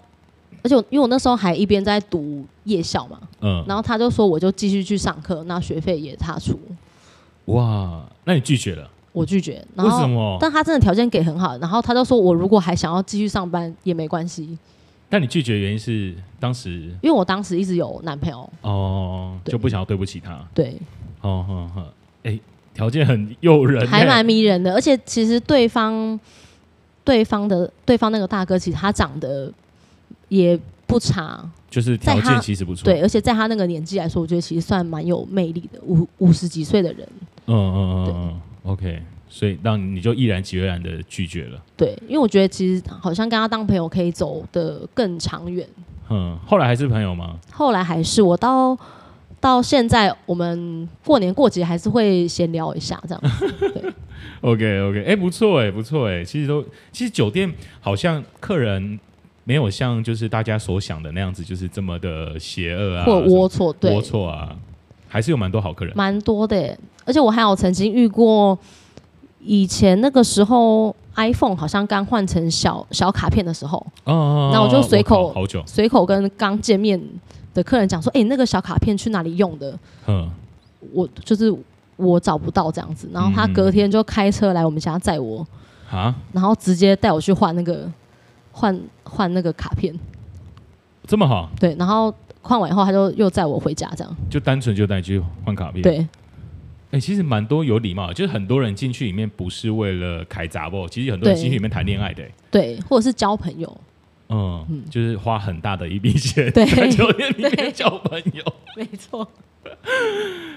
Speaker 1: 而且我因为我那时候还一边在读夜校嘛，
Speaker 2: 嗯，
Speaker 1: 然后他就说我就继续去上课，那学费也他出，
Speaker 2: 哇，那你拒绝了？
Speaker 1: 我拒绝。然
Speaker 2: 为
Speaker 1: 后
Speaker 2: 什么？
Speaker 1: 但他真的条件给很好，然后他就说我如果还想要继续上班也没关系，
Speaker 2: 但你拒绝的原因是当时
Speaker 1: 因为我当时一直有男朋友。
Speaker 2: 哦
Speaker 1: 对
Speaker 2: 就不想要对不起他，
Speaker 1: 对，
Speaker 2: 哦哦哦，哎，条件很诱人欸，
Speaker 1: 还蛮迷人的，而且其实对方对方的对方那个大哥，其实他长得也不差，
Speaker 2: 就是条
Speaker 1: 在他
Speaker 2: 件其实不错，
Speaker 1: 对，，而且在他那个年纪来说，我觉得其实算蛮有魅力的，五五十几岁的人，
Speaker 2: 嗯嗯嗯嗯，OK，所以让你就毅然决然的拒绝了，
Speaker 1: 对，因为我觉得其实好像跟他当朋友可以走得更长远。
Speaker 2: 嗯，后来还是朋友吗？
Speaker 1: 后来还是我到到现在，我们过年过节还是会闲聊一下这样。
Speaker 2: OK OK，哎、不错哎、不错哎、其实都，其实酒店好像客人没有像就是大家所想的那样子，就是这么的邪恶 *laughs* 啊，
Speaker 1: 或龌龊，
Speaker 2: 什么
Speaker 1: 对
Speaker 2: 龌，龊啊，还是有蛮多好客人。
Speaker 1: 蛮多的耶。而且我还有曾经遇过，以前那个时候 iPhone 好像刚换成小小卡片的时候，
Speaker 2: 哦哦
Speaker 1: 嗯那我就随口
Speaker 2: 好久，
Speaker 1: 随口跟刚见面的客人讲说：“哎、你那个小卡片去哪里用的？
Speaker 2: 嗯，
Speaker 1: 我就是我找不到这样子。”然后他
Speaker 2: 嗯
Speaker 1: 隔天就开车来我们家载我，
Speaker 2: 啊，
Speaker 1: 然后直接带我去换那个换换那个卡片。
Speaker 2: 这么好，
Speaker 1: 对，然后换完以后，他就又载我回家，这样。
Speaker 2: 就单纯就带你去换卡片。，
Speaker 1: 对，
Speaker 2: 哎、其实蛮多有礼貌的，就是很多人进去里面不是为了开杂货，其实很多人
Speaker 1: 对
Speaker 2: 进去里面谈恋爱的、欸
Speaker 1: 对，或者是交朋友，
Speaker 2: 嗯，就是花很大的一笔钱
Speaker 1: 对
Speaker 2: 在酒店里面交朋友。
Speaker 1: 没错，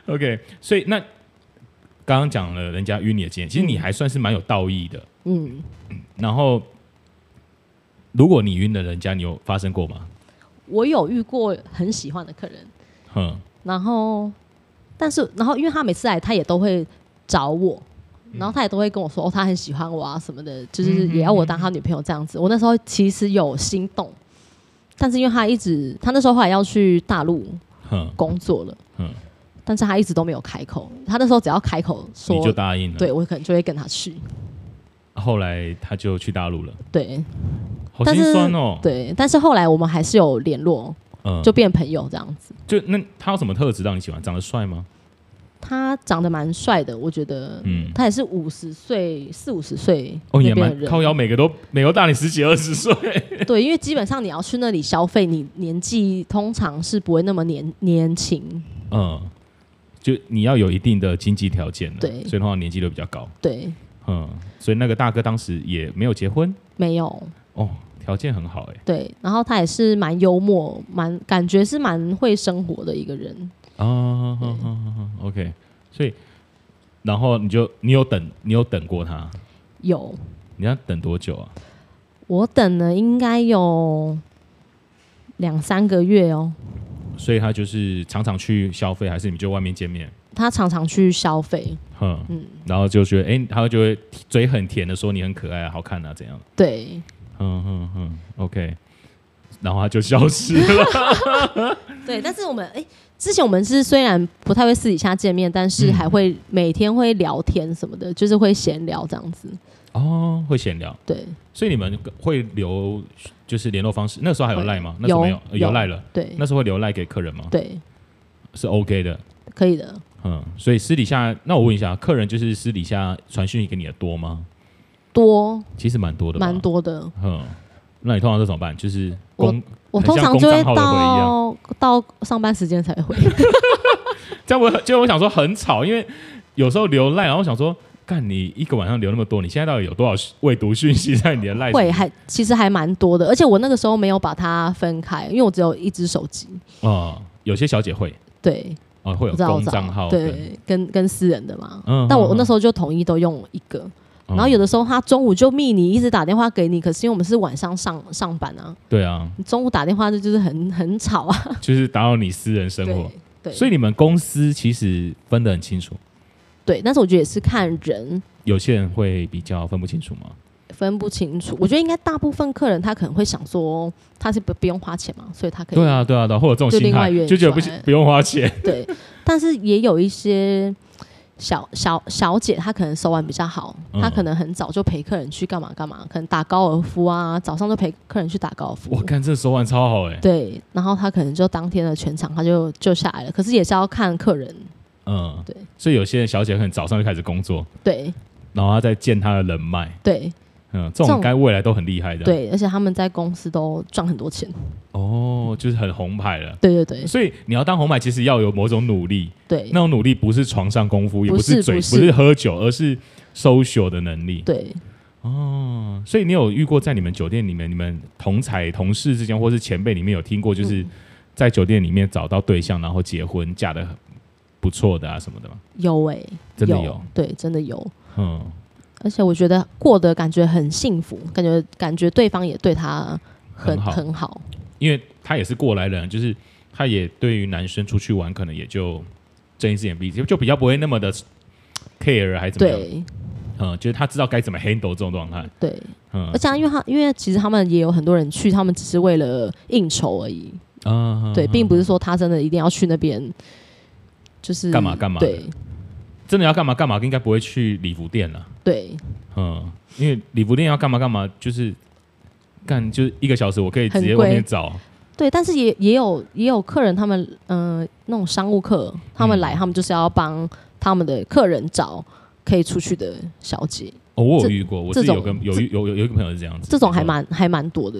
Speaker 2: OK，所以那刚刚讲了人家约你的经验，其实你还算是蛮有道义的。
Speaker 1: 嗯，
Speaker 2: 然后，如果你晕了人家，你有发生过吗？
Speaker 1: 我有遇过很喜欢的客人，
Speaker 2: 哼，
Speaker 1: 然后，但是，然后，因为他每次来，他也都会找我，然后他也都会跟我说，哦，他很喜欢我啊什么的，就是也要我当他女朋友这样子。我那时候其实有心动，但是因为他一直，他那时候后来要去大陆
Speaker 2: 哼，
Speaker 1: 工作了，
Speaker 2: 嗯
Speaker 1: 但是他一直都没有开口。他那时候只要开口
Speaker 2: 你就
Speaker 1: 说，
Speaker 2: 答应了。，
Speaker 1: 对我可能就会跟他去，
Speaker 2: 后来他就去大陆了，
Speaker 1: 对
Speaker 2: 好
Speaker 1: 但
Speaker 2: 心
Speaker 1: 是
Speaker 2: 酸哦。
Speaker 1: 对。但是后来我们还是有联络，
Speaker 2: 嗯，
Speaker 1: 就变朋友这样子。
Speaker 2: 就那他有什么特质让你喜欢？长得帅吗？
Speaker 1: 他长得蛮帅的，我觉得，
Speaker 2: 嗯
Speaker 1: 他也是五十岁、四五十岁
Speaker 2: 哦，
Speaker 1: 那
Speaker 2: 也
Speaker 1: 边的
Speaker 2: 蛮
Speaker 1: 人，
Speaker 2: 靠腰，每个都每个都大你十几二
Speaker 1: *laughs*
Speaker 2: 十岁。
Speaker 1: 对，因为基本上你要去那里消费，你年纪通常是不会那么年年轻，
Speaker 2: 嗯，就你要有一定的经济条件了
Speaker 1: 对
Speaker 2: 所以通常年纪都比较高。
Speaker 1: 对，
Speaker 2: 嗯，所以那个大哥当时也没有结婚
Speaker 1: 没有
Speaker 2: 哦，条件很好哎、
Speaker 1: 对。然后他也是蛮幽默，蛮感觉是蛮会生活的一个人，
Speaker 2: 哦
Speaker 1: 对
Speaker 2: 哦哦哦，OK，所以然后你就你有等你有等过他，
Speaker 1: 有
Speaker 2: 你要等多久啊？
Speaker 1: 我等了应该有两三个月哦。
Speaker 2: 所以他就是常常去消费，还是你们就外面见面？
Speaker 1: 他常常去消费，
Speaker 2: 哼，
Speaker 1: 嗯
Speaker 2: 然后就觉得哎、他就会嘴很甜的说你很可爱、啊、好看啊，怎样？
Speaker 1: 对，
Speaker 2: 嗯嗯嗯，OK，然后他就消失了。
Speaker 1: 对，但是我们哎、之前我们是虽然不太会私底下见面，但是
Speaker 2: 嗯
Speaker 1: 还会每天会聊天什么的，就是会闲聊这样子。
Speaker 2: 哦，会闲聊，
Speaker 1: 对
Speaker 2: 所以你们会留就是联络方式？那时候还有
Speaker 1: 会
Speaker 2: 赖吗？那时候没有，呃
Speaker 1: 有
Speaker 2: 有赖了。
Speaker 1: 对
Speaker 2: 那时候会留赖给客人吗？
Speaker 1: 对，
Speaker 2: 是 OK 的。
Speaker 1: 可以的。
Speaker 2: 嗯，所以私底下，那我问一下，客人就是私底下传讯息给你的多吗？
Speaker 1: 多
Speaker 2: 其实蛮多的，
Speaker 1: 蛮。多的，
Speaker 2: 嗯，那你通常都怎么办？就是公
Speaker 1: 我
Speaker 2: 很
Speaker 1: 通
Speaker 2: 像
Speaker 1: 常
Speaker 2: 公
Speaker 1: 就
Speaker 2: 账
Speaker 1: 会
Speaker 2: 号的回啊一
Speaker 1: 到到上班时间才回。
Speaker 2: 这样我很，就我想说很吵，因为有时候留赖，然后我想说，干你一个晚上留那么多，你现在到底有多少未读讯息在你的赖？
Speaker 1: 会还其实还蛮多的，而且我那个时候没有把它分开，因为我只有一只手机。
Speaker 2: 啊、有些小姐会
Speaker 1: 对，
Speaker 2: 啊、会
Speaker 1: 我
Speaker 2: 有
Speaker 1: 知道我
Speaker 2: 公
Speaker 1: 知
Speaker 2: 账
Speaker 1: 道，
Speaker 2: 号跟，
Speaker 1: 对，跟跟私人的嘛。
Speaker 2: 嗯
Speaker 1: 但我
Speaker 2: 嗯
Speaker 1: 我那
Speaker 2: 嗯
Speaker 1: 时候就统一都用一个，
Speaker 2: 嗯
Speaker 1: 然后有的时候他中午就密你，一直打电话给你，可是因为我们是晚上上上班啊，
Speaker 2: 对啊，
Speaker 1: 你中午打电话这就是很很吵
Speaker 2: *laughs*
Speaker 1: 啊。
Speaker 2: 就是打扰你私人生活
Speaker 1: 对。对，
Speaker 2: 所以你们公司其实分得很清楚，
Speaker 1: 对，但是我觉得也是看人
Speaker 2: 有些人会比较分不清楚吗？
Speaker 1: 分不清楚。我觉得应该大部分客人他可能会想说他是不不用花钱嘛，所以他可以
Speaker 2: 对啊，对啊，对啊，会有这种
Speaker 1: 就
Speaker 2: 心
Speaker 1: 另外
Speaker 2: 态，
Speaker 1: 约
Speaker 2: 就觉得不
Speaker 1: 出来
Speaker 2: 不用花钱。
Speaker 1: 对，但是也有一些小小小姐，她可能手腕比较好，
Speaker 2: 嗯
Speaker 1: 她可能很早就陪客人去干嘛干嘛，可能打高尔夫啊，早上就陪客人去打高尔夫
Speaker 2: 我。看这手腕超好哎、
Speaker 1: 对，然后她可能就当天的全场，她就就下来了。可是也是要看客人，
Speaker 2: 嗯，
Speaker 1: 对，
Speaker 2: 所以有些小姐可能早上就开始工作，
Speaker 1: 对
Speaker 2: 然后他再建他的人脉，
Speaker 1: 对
Speaker 2: 嗯，
Speaker 1: 这
Speaker 2: 这种
Speaker 1: 种
Speaker 2: 该未来都很厉害的，，
Speaker 1: 对，而且他们在公司都赚很多钱。
Speaker 2: 哦，就是很红牌了。
Speaker 1: 对对对
Speaker 2: 所以你要当红牌，其实要有某种努力，
Speaker 1: 对
Speaker 2: 那种努力不是床上功夫，也
Speaker 1: 不
Speaker 2: 是
Speaker 1: 是
Speaker 2: 嘴，
Speaker 1: 不是
Speaker 2: 不是喝酒，而是 social 的能力。
Speaker 1: 对，
Speaker 2: 哦，所以你有遇过在你们酒店里面，你们同才同事之间，或是前辈里面有听过，
Speaker 1: 嗯
Speaker 2: 就是在酒店里面找到对象，然后结婚，嫁的不错的啊什么的吗？
Speaker 1: 有哎、
Speaker 2: 真的有
Speaker 1: 有，对，真的有。
Speaker 2: 嗯，
Speaker 1: 而且我觉得过得感觉很幸福，感觉感觉对方也对他很
Speaker 2: 很好
Speaker 1: 很好，
Speaker 2: 因为他也是过来人，就是他也对于男生出去玩，可能也就睁一只眼闭一只眼，就比较不会那么的 care 还怎么样，
Speaker 1: 对
Speaker 2: 嗯，就是他知道该怎么 handle 这种状态，
Speaker 1: 对。
Speaker 2: 嗯
Speaker 1: 而且、啊、因为他因为其实他们也有很多人去，他们只是为了应酬而已，
Speaker 2: 啊
Speaker 1: 对，并不
Speaker 2: 不
Speaker 1: 是说他真的一定要去那边，就是
Speaker 2: 干嘛干嘛的
Speaker 1: 对
Speaker 2: 真的要干嘛干嘛，应该不会去礼服店了、
Speaker 1: 对，
Speaker 2: 嗯，因为礼服店要干嘛干嘛，就是干就是一个小时，我可以直接
Speaker 1: 很
Speaker 2: 外
Speaker 1: 贵
Speaker 2: 面找。
Speaker 1: 对，但是也也有也有客人，他们嗯、呃那种商务客，他们来，
Speaker 2: 嗯
Speaker 1: 他们就是要帮他们的客人找可以出去的小姐，
Speaker 2: 哦，我有
Speaker 1: 这
Speaker 2: 遇过，我
Speaker 1: 这
Speaker 2: 自己有个
Speaker 1: 种
Speaker 2: 有一有有有一个朋友是这样子，
Speaker 1: 这种还
Speaker 2: 嗯，
Speaker 1: 蛮还蛮多的。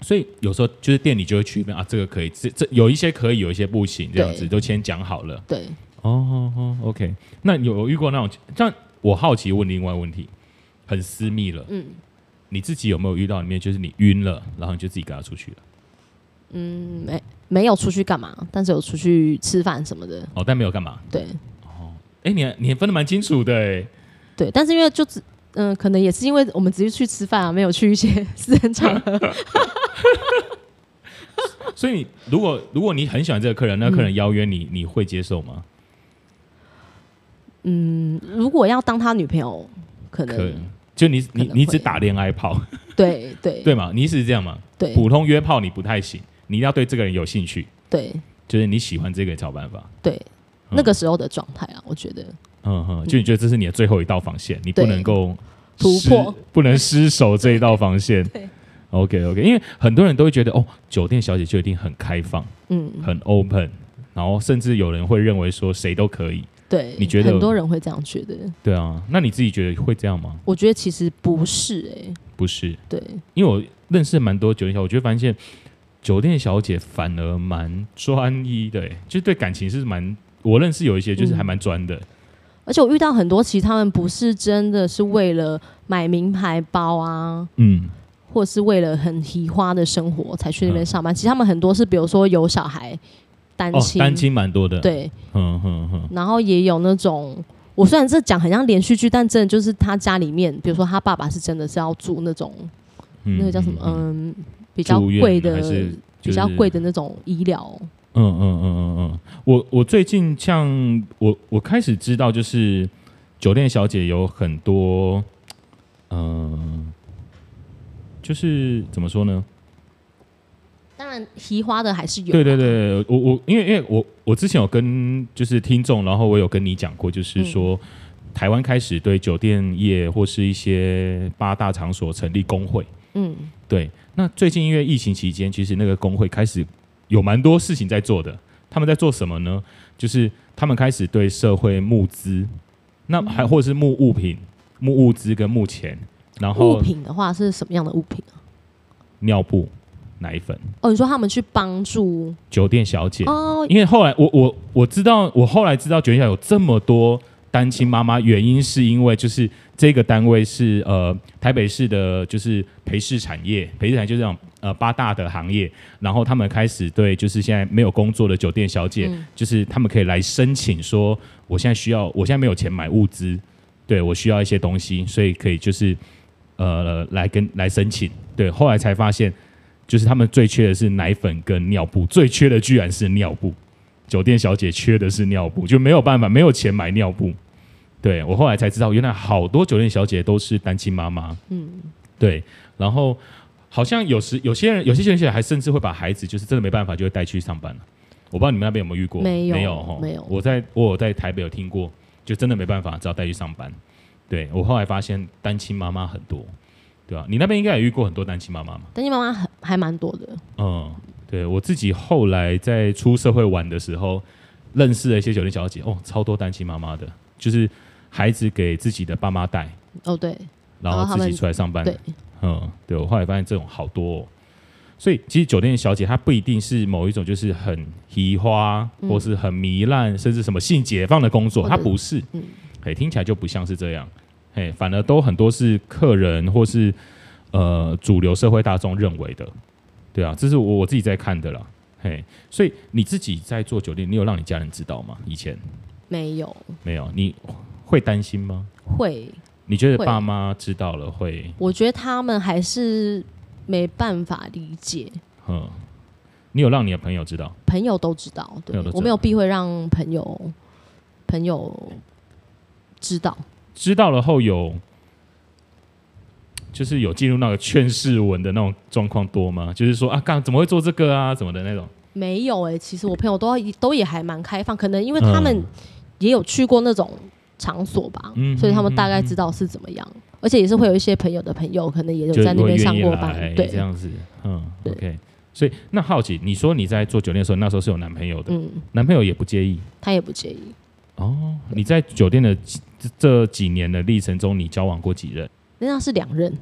Speaker 2: 所以有时候就是店里就会去一遍啊，这个可以，这这有一些可以，有一些不行，这样子
Speaker 1: 对
Speaker 2: 都先讲好了。
Speaker 1: 对，
Speaker 2: 哦哦哦，OK，那有有遇过那种，但我好奇问另外一个问题，很私密了，
Speaker 1: 嗯
Speaker 2: 你自己有没有遇到里面就是你晕了，然后你就自己跟他出去了，
Speaker 1: 嗯，没没有出去干嘛，但是有出去吃饭什么的。
Speaker 2: 哦，但没有干嘛？
Speaker 1: 对
Speaker 2: 哎，你还你还分的蛮清楚的哎，
Speaker 1: 对，但是因为就只嗯、可能也是因为我们只是去吃饭啊，没有去一些 *laughs* 私人场合。
Speaker 2: 所以你如果如果你很喜欢这个客人，那客人邀约你，你会接受吗？
Speaker 1: 嗯，如果要当他女朋友，可能
Speaker 2: 可就你你
Speaker 1: 可能会
Speaker 2: 你只打恋爱炮，
Speaker 1: 对对
Speaker 2: 对吗？你是这样吗？
Speaker 1: 对
Speaker 2: 普通约炮你不太行，你一定要对这个人有兴趣，
Speaker 1: 对
Speaker 2: 就是你喜欢这个人才有办法。
Speaker 1: 对，那个时候的状态啊，我觉得
Speaker 2: 嗯哼，就你觉得这是你的最后一道防线，你不
Speaker 1: 对
Speaker 2: 能够
Speaker 1: 突
Speaker 2: 失
Speaker 1: 破，
Speaker 2: 不能失守这一道防线。 *laughs*
Speaker 1: 对
Speaker 2: OK OK，因为很多人都会觉得哦，酒店小姐就一定很开放、
Speaker 1: 嗯，
Speaker 2: 很 open，然后甚至有人会认为说谁都可以。
Speaker 1: 对，
Speaker 2: 你觉得
Speaker 1: 很多人会这样觉得？
Speaker 2: 对啊，那你自己觉得会这样吗？
Speaker 1: 我觉得其实不是哎、
Speaker 2: 不是，
Speaker 1: 对
Speaker 2: 因为我认识蛮多酒店小姐，我就发现酒店小姐反而蛮专一的、欸，就是对感情是蛮，我认识有一些就是还蛮专的，
Speaker 1: 而且我遇到很多，其实他们不是真的是为了买名牌包啊，
Speaker 2: 嗯，
Speaker 1: 或是为了很提花的生活才去那边上班。其实他们很多是，比如说有小孩、单
Speaker 2: 嗯哦，
Speaker 1: 亲，
Speaker 2: 单亲蛮多的，，
Speaker 1: 对，
Speaker 2: 嗯哼哼，
Speaker 1: 然后也有那种，我虽然这讲很像连续剧，但真的就是他家里面，比如说他爸爸是真的是要住那种、
Speaker 2: 嗯
Speaker 1: 那个叫什么，
Speaker 2: 嗯，
Speaker 1: 嗯，比较
Speaker 2: 住院
Speaker 1: 贵
Speaker 2: 还
Speaker 1: 的，
Speaker 2: 是就
Speaker 1: 比
Speaker 2: 是
Speaker 1: 较贵的那种医疗，
Speaker 2: 嗯嗯嗯嗯嗯，我我最近像我我开始知道，就是酒店小姐有很多，嗯、就是怎么说呢？
Speaker 1: 当然提花的还是有，
Speaker 2: 对对，对，我我因为因为我我之前有跟就是听众，然后我有跟你讲过，就是说、台湾开始对酒店业或是一些八大场所成立工会。
Speaker 1: 嗯，
Speaker 2: 对，那最近因为疫情期间，其实那个工会开始有蛮多事情在做的。他们在做什么呢？就是他们开始对社会募资，那
Speaker 1: 嗯
Speaker 2: 还或者是募物品、募物资跟募钱，然
Speaker 1: 物
Speaker 2: 后
Speaker 1: 品的话是什么样的物品啊？
Speaker 2: 尿布、奶粉、
Speaker 1: 哦，你说他们去帮助
Speaker 2: 酒店小姐。
Speaker 1: 哦，
Speaker 2: 因为后来我我我知道，我后来知道九下有这么多单亲妈妈，原因是因为就是这个单位是呃台北市的，就是陪侍产业，陪侍产业就是这种呃八大的行业，然后他们开始对就是现在没有工作的酒店小姐，
Speaker 1: 嗯
Speaker 2: 就是他们可以来申请说，我现在需要，我现在没有钱买物资，对我需要一些东西，所以可以就是呃来跟来申请，对，后来才发现。就是他们最缺的是奶粉跟尿布，最缺的居然是尿布。酒店小姐缺的是尿布，就没有办法，没有钱买尿布。对我后来才知道，原来好多酒店小姐都是单亲妈妈。
Speaker 1: 嗯，
Speaker 2: 对，然后好像有时有些人，有些酒店小姐还甚至会把孩子，就是真的没办法，就会带去上班了。我不知道你们那边有没有遇过？
Speaker 1: 没有
Speaker 2: 没有齁
Speaker 1: 没有
Speaker 2: 我在我有在台北有听过，就真的没办法，只好带去上班。对我后来发现单亲妈妈很多，对啊，你那边应该也遇过很多单亲妈妈嘛？
Speaker 1: 但你妈妈很还蛮多的，
Speaker 2: 嗯，对我自己后来在出社会玩的时候，认识了一些酒店小姐，哦，超多单亲妈妈的，就是孩子给自己的爸妈带，
Speaker 1: 哦对
Speaker 2: 然
Speaker 1: 然后
Speaker 2: 后
Speaker 1: 他
Speaker 2: 自
Speaker 1: 们
Speaker 2: 己出来上班。
Speaker 1: 对，
Speaker 2: 嗯，对我后来发现这种好多、哦，所以其实酒店小姐她不一定是某一种就是很移花，
Speaker 1: 嗯
Speaker 2: 或是很糜烂，甚至什么性解放的工作，
Speaker 1: 或
Speaker 2: 她
Speaker 1: 者
Speaker 2: 不是，
Speaker 1: 嗯
Speaker 2: 哎，听起来就不像是这样，哎，反而都很多是客人或是呃主流社会大众认为的，对啊，这是我我自己在看的啦，嘿，所以你自己在做酒店，你有让你家人知道吗？以前
Speaker 1: 没有
Speaker 2: 没有，你会担心吗？
Speaker 1: 会，
Speaker 2: 你觉得
Speaker 1: 会
Speaker 2: 爸妈知道了会
Speaker 1: 我觉得他们还是没办法理解，
Speaker 2: 嗯，你有让你的朋友知道？
Speaker 1: 朋友都知道，对
Speaker 2: 朋友都知道
Speaker 1: 我没有避讳让朋友朋友知道，
Speaker 2: 知道了后有，就是有进入那个劝世文的那种状况多吗？就是说啊，干怎么会做这个啊，怎么的那种？
Speaker 1: 没有哎、其实我朋友都都也还蛮开放，可能因为他们也有去过那种场所吧，
Speaker 2: 嗯
Speaker 1: 所以他们大概知道是怎么样，而且也是会有一些朋友的朋友，可能也有
Speaker 2: 就
Speaker 1: 在那
Speaker 2: 会
Speaker 1: 边
Speaker 2: 愿
Speaker 1: 上
Speaker 2: 意
Speaker 1: 过班
Speaker 2: 来，这
Speaker 1: 对，
Speaker 2: 样子，嗯
Speaker 1: 对
Speaker 2: ，OK。所以那好奇，你说你在做酒店的时候，那时候是有男朋友的，
Speaker 1: 嗯，
Speaker 2: 男朋友也不介意
Speaker 1: 他也不介意，
Speaker 2: 哦。你在酒店的几这这几年的历程中，你交往过几任
Speaker 1: 那他是两任，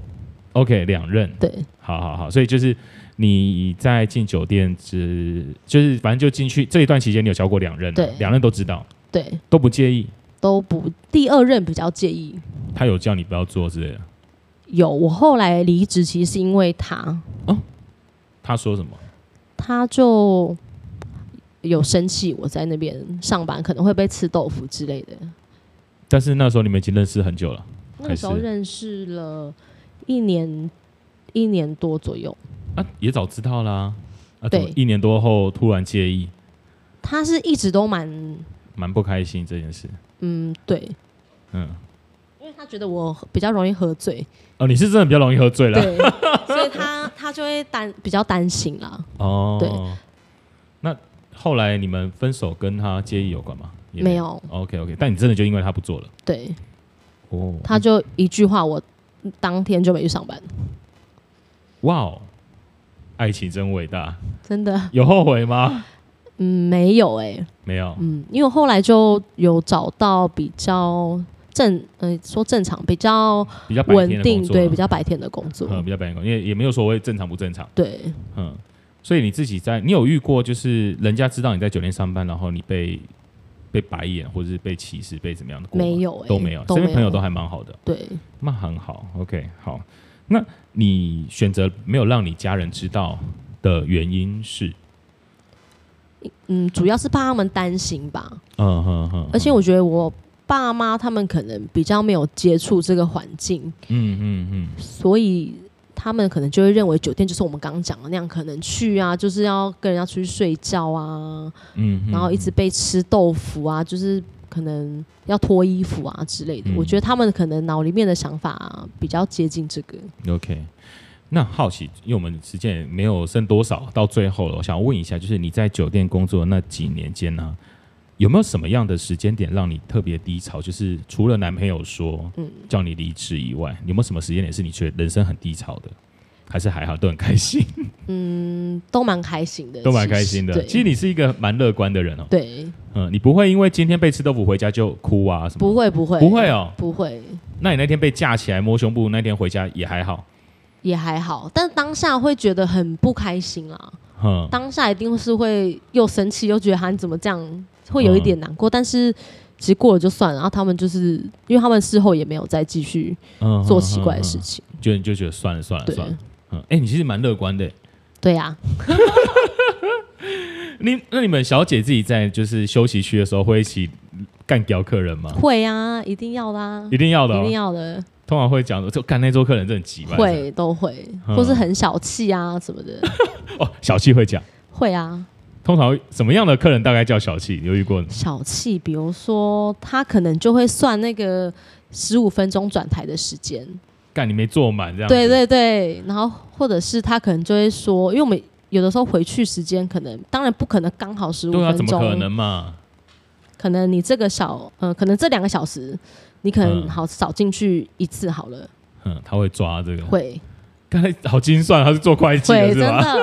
Speaker 2: ？OK，两任。
Speaker 1: 对，
Speaker 2: 好好好，所以就是你在进酒店之，就是反正就进去这一段期间，你有交过两任啊，
Speaker 1: 对
Speaker 2: 两任都知道，
Speaker 1: 对，
Speaker 2: 都不介意。
Speaker 1: 都不，第二任比较介意。
Speaker 2: 他有叫你不要做之类的，
Speaker 1: 有，我后来离职其实是因为他，
Speaker 2: 他说什么？
Speaker 1: 他就有生气我在那边上班可能会被吃豆腐之类的。
Speaker 2: 但是那时候你们已经认识很久了，
Speaker 1: 那个时候
Speaker 2: 还是
Speaker 1: 认识了一年一年多左右，
Speaker 2: 啊，也早知道啦、啊，
Speaker 1: 对
Speaker 2: 怎么一年多后突然介意，
Speaker 1: 他是一直都蛮
Speaker 2: 蛮不开心这件事。
Speaker 1: 嗯对，
Speaker 2: 嗯，
Speaker 1: 因为他觉得我比较容易喝醉，
Speaker 2: 哦，你是真的比较容易喝醉了
Speaker 1: 对，所以他他就会担比较担心啦。
Speaker 2: 哦。
Speaker 1: 对，
Speaker 2: 那后来你们分手跟他介意有关吗？也
Speaker 1: 没。有，
Speaker 2: OK OK，但你真的就因为他不做了
Speaker 1: 对，
Speaker 2: 哦，
Speaker 1: 他就一句话，我当天就没去上班，
Speaker 2: 哇哦，爱情真伟大，
Speaker 1: 真的，
Speaker 2: 有后悔吗？
Speaker 1: 嗯，没有哎、
Speaker 2: 没有，
Speaker 1: 嗯，因为我后来就有找到比较正，呃，说正常比较
Speaker 2: 比较白
Speaker 1: 稳
Speaker 2: 天的
Speaker 1: 定，
Speaker 2: 工作
Speaker 1: 对，
Speaker 2: 啦，
Speaker 1: 比较白天的工作，
Speaker 2: 嗯，比较白天工作，因为也没有所谓正常不正常，
Speaker 1: 对，
Speaker 2: 嗯，所以你自己在，你有遇过就是人家知道你在酒店上班，然后你被被白眼或者是被歧视、被怎么样的过吗？
Speaker 1: 没有、欸，
Speaker 2: 都没有，
Speaker 1: 都
Speaker 2: 身
Speaker 1: 没
Speaker 2: 边
Speaker 1: 有，
Speaker 2: 朋友都还蛮好的，
Speaker 1: 对，
Speaker 2: 那很好，OK，好，那你选择没有让你家人知道的原因是，
Speaker 1: 嗯，主要是怕他们担心吧，
Speaker 2: 嗯哼哼，
Speaker 1: 而且我觉得我爸妈他们可能比较没有接触这个环境，
Speaker 2: 嗯嗯嗯，
Speaker 1: 所以他们可能就会认为酒店就是我们刚刚讲的那样，可能去啊，就是要跟人家出去睡觉啊，
Speaker 2: 嗯，嗯
Speaker 1: 然后一直被吃豆腐啊，就是可能要脱衣服啊之类的。我
Speaker 2: 嗯
Speaker 1: 觉得他们可能脑里面的想法、比较接近这个。
Speaker 2: OK，那好奇，因为我们时间也没有剩多少，到最后了，我想问一下，就是你在酒店工作那几年间呢、有没有什么样的时间点让你特别低潮？就是除了男朋友说
Speaker 1: 嗯
Speaker 2: 叫你离职以外，有没有什么时间点是你觉得人生很低潮的？还是还好，都很开心，
Speaker 1: 嗯，都蛮开心的，
Speaker 2: 都蛮开心的。
Speaker 1: 对
Speaker 2: 其实你是一个蛮乐观的人哦，
Speaker 1: 对，
Speaker 2: 嗯，你不会因为今天被吃豆腐回家就哭啊什么？
Speaker 1: 不，会不会
Speaker 2: 不会哦。
Speaker 1: 不会，
Speaker 2: 那你那天被架起来摸胸部，那天回家也还好，
Speaker 1: 也还好，但当下会觉得很不开心啦。
Speaker 2: 嗯，
Speaker 1: 当下一定是会又生气又觉得哈你怎么这样，会有一
Speaker 2: 嗯
Speaker 1: 点难过，但是。其实过了就算了，然后他们就是因为他们事后也没有再继续
Speaker 2: 嗯
Speaker 1: 做奇怪的
Speaker 2: 情。嗯嗯
Speaker 1: 事情，
Speaker 2: 就你就觉得算了算了
Speaker 1: 对
Speaker 2: 算了，嗯，哎、你其实蛮乐观的欸。
Speaker 1: 对啊呀、
Speaker 2: 你那你们小姐自己在就是休息区的时候会一起干掉客人吗？
Speaker 1: 会啊，一定要啦，
Speaker 2: 一定要的、
Speaker 1: 一
Speaker 2: 哦
Speaker 1: 定，要的，
Speaker 2: 通常会讲的，就干那桌客人真的很急吧？
Speaker 1: 会都会，
Speaker 2: 嗯
Speaker 1: 或是很小气啊什么
Speaker 2: *laughs*
Speaker 1: 的，
Speaker 2: 哦，小气会讲。
Speaker 1: 会啊，
Speaker 2: 通常会什么样的客人大概叫小气？你有遇过吗？
Speaker 1: 小气，比如说他可能就会算那个十五分钟转台的时间，
Speaker 2: 干你没坐满这样子？
Speaker 1: 对对对，然后或者是他可能就会说，因为我们有的时候回去时间可能，当然不可能刚好十五
Speaker 2: 对啊，
Speaker 1: 分
Speaker 2: 怎么
Speaker 1: 钟，
Speaker 2: 可能嘛？
Speaker 1: 可能你这个小，呃，可能这两个小时，你可能
Speaker 2: 嗯
Speaker 1: 好少进去一次好了，
Speaker 2: 嗯，他会抓这个，
Speaker 1: 会
Speaker 2: 刚才好精算，他是做会计
Speaker 1: *laughs* 会真
Speaker 2: 的是吧？
Speaker 1: 的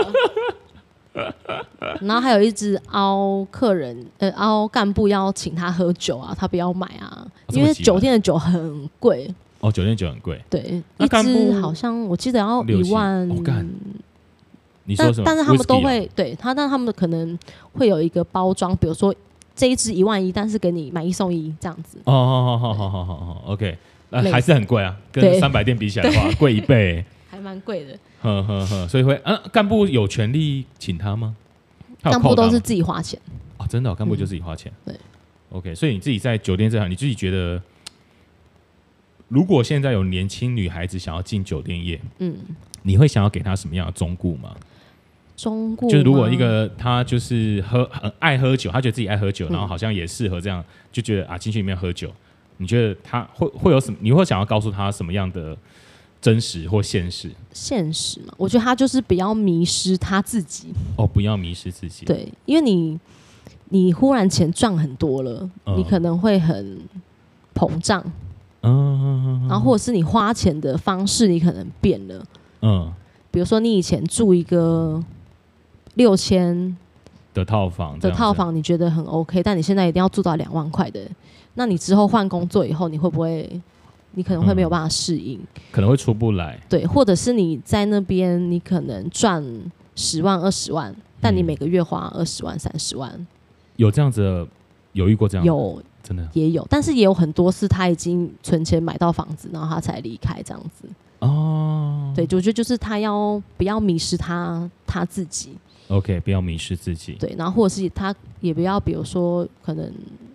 Speaker 1: 然后还有一直凹客人，呃，凹干部要请他喝酒啊，他不要买啊，
Speaker 2: 这么
Speaker 1: 因为
Speaker 2: 急吗
Speaker 1: 酒店的酒很贵，
Speaker 2: 哦，酒店酒很贵，
Speaker 1: 对，
Speaker 2: 那
Speaker 1: 一
Speaker 2: 干
Speaker 1: 支
Speaker 2: 部
Speaker 1: 好像我记得要
Speaker 2: 六
Speaker 1: 一
Speaker 2: 七
Speaker 1: 万，
Speaker 2: 哦干你说
Speaker 1: 但
Speaker 2: 什么？
Speaker 1: 但是他们
Speaker 2: Whisky
Speaker 1: 都
Speaker 2: 啊
Speaker 1: 会对他，但他们可能会有一个包装，比如说这一支一万一，但是给你买一送一这样子。
Speaker 2: 哦，好好好好好好，OK，那
Speaker 1: 类似
Speaker 2: 还是很贵啊，跟
Speaker 1: 对
Speaker 2: 三百店比起来的话，贵一倍。
Speaker 1: 还蛮贵的，
Speaker 2: 呵呵呵，所以会，嗯，干部有权利请他吗？他有
Speaker 1: 干部
Speaker 2: 扣他
Speaker 1: 都
Speaker 2: 吗
Speaker 1: 是自己花钱。
Speaker 2: 哦，真的、哦，干部就自己花钱。
Speaker 1: 嗯对
Speaker 2: ，OK，所以你自己在酒店这行，你自己觉得，如果现在有年轻女孩子想要进酒店业，
Speaker 1: 嗯，
Speaker 2: 你会想要给她什么样的忠告吗？
Speaker 1: 中国
Speaker 2: 就是如果
Speaker 1: 吗
Speaker 2: 一个她就是喝很爱喝酒，她觉得自己爱喝酒，
Speaker 1: 嗯
Speaker 2: 然后好像也适合这样，就觉得啊进去里面喝酒，你觉得她会会有什么？你会想要告诉她什么样的真实或现实？
Speaker 1: 现实嘛，我觉得他就是不要迷失他自己。
Speaker 2: 哦，不要迷失自己。，
Speaker 1: 对，因为你你忽然钱赚很多了，
Speaker 2: 嗯
Speaker 1: 你可能会很膨胀，
Speaker 2: 嗯
Speaker 1: 然后或者是你花钱的方式你可能变了，
Speaker 2: 嗯
Speaker 1: 比如说你以前住一个六千
Speaker 2: 的套房这
Speaker 1: 的
Speaker 2: 样子
Speaker 1: 套房，你觉得很 OK，但你现在一定要住到两万块的，那你之后换工作以后，你会不会？你可能会没
Speaker 2: 嗯
Speaker 1: 有办法适应，
Speaker 2: 可能会出不来。
Speaker 1: 对，或者是你在那边，你可能赚十万、二十万，但你
Speaker 2: 嗯
Speaker 1: 每个月花二十万、三十万，
Speaker 2: 有这样子的，有遇过这样的
Speaker 1: 有
Speaker 2: 真的
Speaker 1: 也有，但是也有很多是他已经存钱买到房子，然后他才离开这样子。
Speaker 2: 哦。
Speaker 1: 对，我觉得就是他要不要迷失他他自己，
Speaker 2: OK，不要迷失自己。
Speaker 1: 对，然后或者是他也不要，比如说可能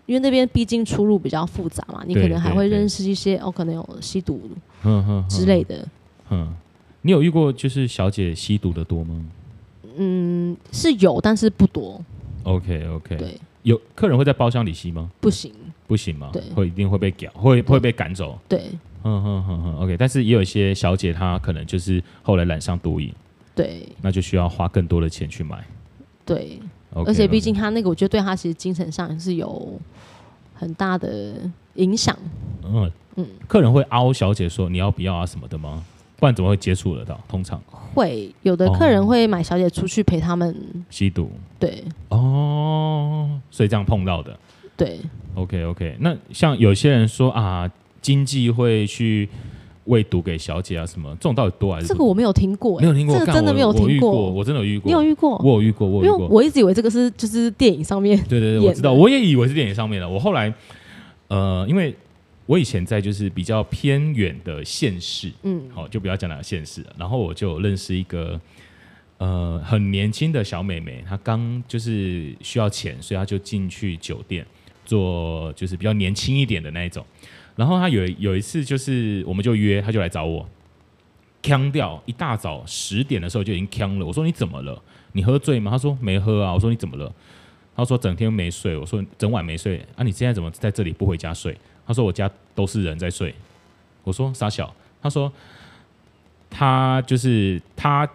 Speaker 1: 因为那边毕竟出入比较复杂嘛，你
Speaker 2: 对
Speaker 1: 可能还
Speaker 2: 对
Speaker 1: 会
Speaker 2: 对
Speaker 1: 认识一些哦，可能有吸毒
Speaker 2: 哼哼
Speaker 1: 之类。的，
Speaker 2: 嗯，你有遇过就是小姐吸毒的多吗
Speaker 1: 嗯，是有，但是不多，
Speaker 2: ？OK OK，
Speaker 1: 对，
Speaker 2: 有客人会在包厢里吸吗？
Speaker 1: 不行，
Speaker 2: 不行吗？
Speaker 1: 对
Speaker 2: 会一定会被屌，会会被赶走。
Speaker 1: 对
Speaker 2: 嗯哼哼哼，OK。但是也有一些小姐她可能就是后来染上毒瘾，
Speaker 1: 对
Speaker 2: 那就需要花更多的钱去买。
Speaker 1: 对
Speaker 2: OK，
Speaker 1: 而且毕竟他那个，我觉得对他其实精神上是有很大的影响，
Speaker 2: 嗯嗯
Speaker 1: 嗯，
Speaker 2: 客人会凹小姐说你要不要啊什么的吗？不然怎么会接触得到？通常
Speaker 1: 会有的客
Speaker 2: 哦
Speaker 1: 人会买小姐出去陪他们，
Speaker 2: 吸毒
Speaker 1: 对
Speaker 2: 哦，所以这样碰到的。
Speaker 1: 对，
Speaker 2: OK OK，那像有些人说啊，经济会去喂毒给小姐啊什么，这种到底多还是
Speaker 1: 这
Speaker 2: 不
Speaker 1: 个
Speaker 2: 多
Speaker 1: 我没有听过、欸，
Speaker 2: 没有听过，
Speaker 1: 这个
Speaker 2: 干
Speaker 1: 真的
Speaker 2: 我
Speaker 1: 没有
Speaker 2: 我遇
Speaker 1: 听
Speaker 2: 过，我真的有遇过，
Speaker 1: 你有遇过？
Speaker 2: 我有遇过，我
Speaker 1: 因为
Speaker 2: 有遇过，
Speaker 1: 我一直以为这个是就是电影上面，
Speaker 2: 对对对，
Speaker 1: 演
Speaker 2: 我知道，
Speaker 1: 的
Speaker 2: 我也以为是电影上面的，我后来呃，因为我以前在就是比较偏远的县市，
Speaker 1: 嗯
Speaker 2: 好、就不要讲哪个县市了。然后我就有认识一个呃很年轻的小妹妹，她刚就是需要钱，所以她就进去酒店做就是比较年轻一点的那一种。然后她有有一次就是我们就约，她就来找我，呛掉一大早十点的时候就已经呛了。我说你怎么了？你喝醉吗？她说没喝啊。我说你怎么了？她说整天没睡。我说整晚没睡啊。你现在怎么在这里不回家睡？她说我家都是人在睡。我说傻小，她说她就是她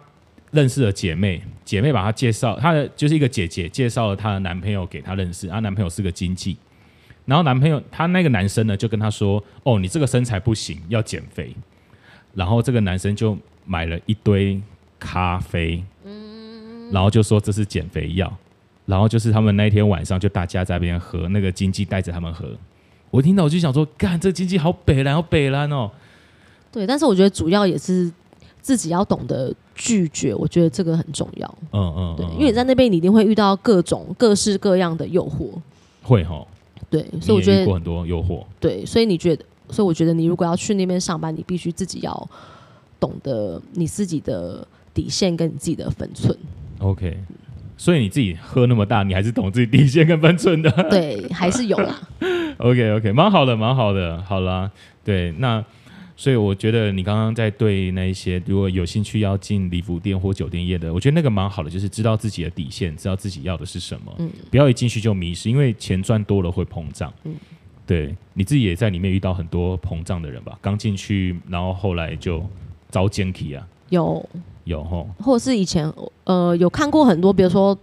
Speaker 2: 认识了姐妹，姐妹把她介绍，她的就是一个姐姐介绍了她的男朋友给她认识，啊她男朋友是个经济，然后男朋友她那个男生呢就跟她说：“哦，你这个身材不行，要减肥。”然后这个男生就买了一堆咖啡，
Speaker 1: 嗯
Speaker 2: 然后就说这是减肥药，然后就是他们那一天晚上就大家在那边喝，那个经济带着他们喝。我听到我就想说，干这经济好北蓝，好北蓝哦。
Speaker 1: 对，但是我觉得主要也是自己要懂得拒绝，我觉得这个很重要。
Speaker 2: 嗯嗯，
Speaker 1: 对，
Speaker 2: 嗯
Speaker 1: 因为你在那边，你一定会遇到各种各式各样的诱惑。
Speaker 2: 会哈、
Speaker 1: 对，
Speaker 2: 你
Speaker 1: 所以我
Speaker 2: 也
Speaker 1: 觉
Speaker 2: 遇过
Speaker 1: 得，
Speaker 2: 很多诱惑，
Speaker 1: 对，所以你觉得，所以我觉得，你如果要去那边上班，你必须自己要懂得你自己的底线跟你自己的分寸。
Speaker 2: OK，所以你自己喝那么大，你还是懂自己底线跟分寸的。 *laughs*
Speaker 1: 对，还是有啦。
Speaker 2: OK OK，蛮好的，蛮好的，好啦，对，那所以我觉得你刚刚在对那一些如果有兴趣要进礼服店或酒店业的，我觉得那个蛮好的，就是知道自己的底线，知道自己要的是什么，
Speaker 1: 嗯
Speaker 2: 不要一进去就迷失，因为钱赚多了会膨胀。
Speaker 1: 嗯
Speaker 2: 对，你自己也在里面遇到很多膨胀的人吧？刚进去，然后后来就遭奸体啊，
Speaker 1: 有，
Speaker 2: 有吼，
Speaker 1: 或者是以前呃有看过很多，比如说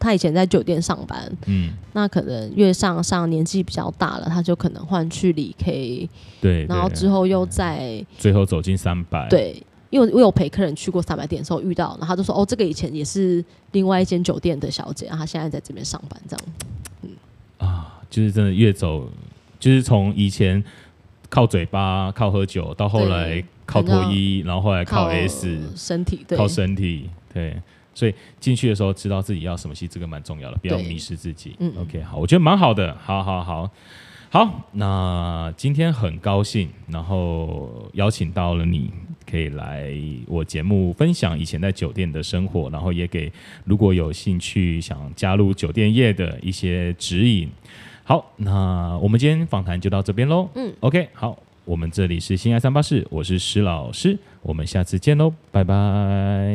Speaker 1: 他以前在酒店上班，
Speaker 2: 嗯，
Speaker 1: 那可能越上上年纪比较大了，他就可能换去理 K，啊
Speaker 2: 对，
Speaker 1: 然后
Speaker 2: 对
Speaker 1: 之后又在哎
Speaker 2: 最后走进三百，
Speaker 1: 对，因为我我有陪客人去过三百店的时候遇到，然后他就说哦，这个以前也是另外一间酒店的小姐，然后她现在在这边上班，这样
Speaker 2: 啊，就是真的越走，就是从以前靠嘴巴、靠喝酒，到后来
Speaker 1: 对
Speaker 2: 靠脱衣，然后后来靠 S，
Speaker 1: 身体对
Speaker 2: 靠身体，对。所以进去的时候知道自己要什么戏，这个蛮重要的，不要
Speaker 1: 对
Speaker 2: 迷失自己。
Speaker 1: 嗯
Speaker 2: OK，好，我觉得蛮好的，好好好好。那今天很高兴，然后邀请到了你，可以来我节目分享以前在酒店的生活，然后也给如果有兴趣想加入酒店业的一些指引。好，那我们今天访谈就到这边喽。
Speaker 1: 嗯
Speaker 2: ，OK，好，我们这里是新爱三八室，我是石老师，我们下次见喽，拜拜。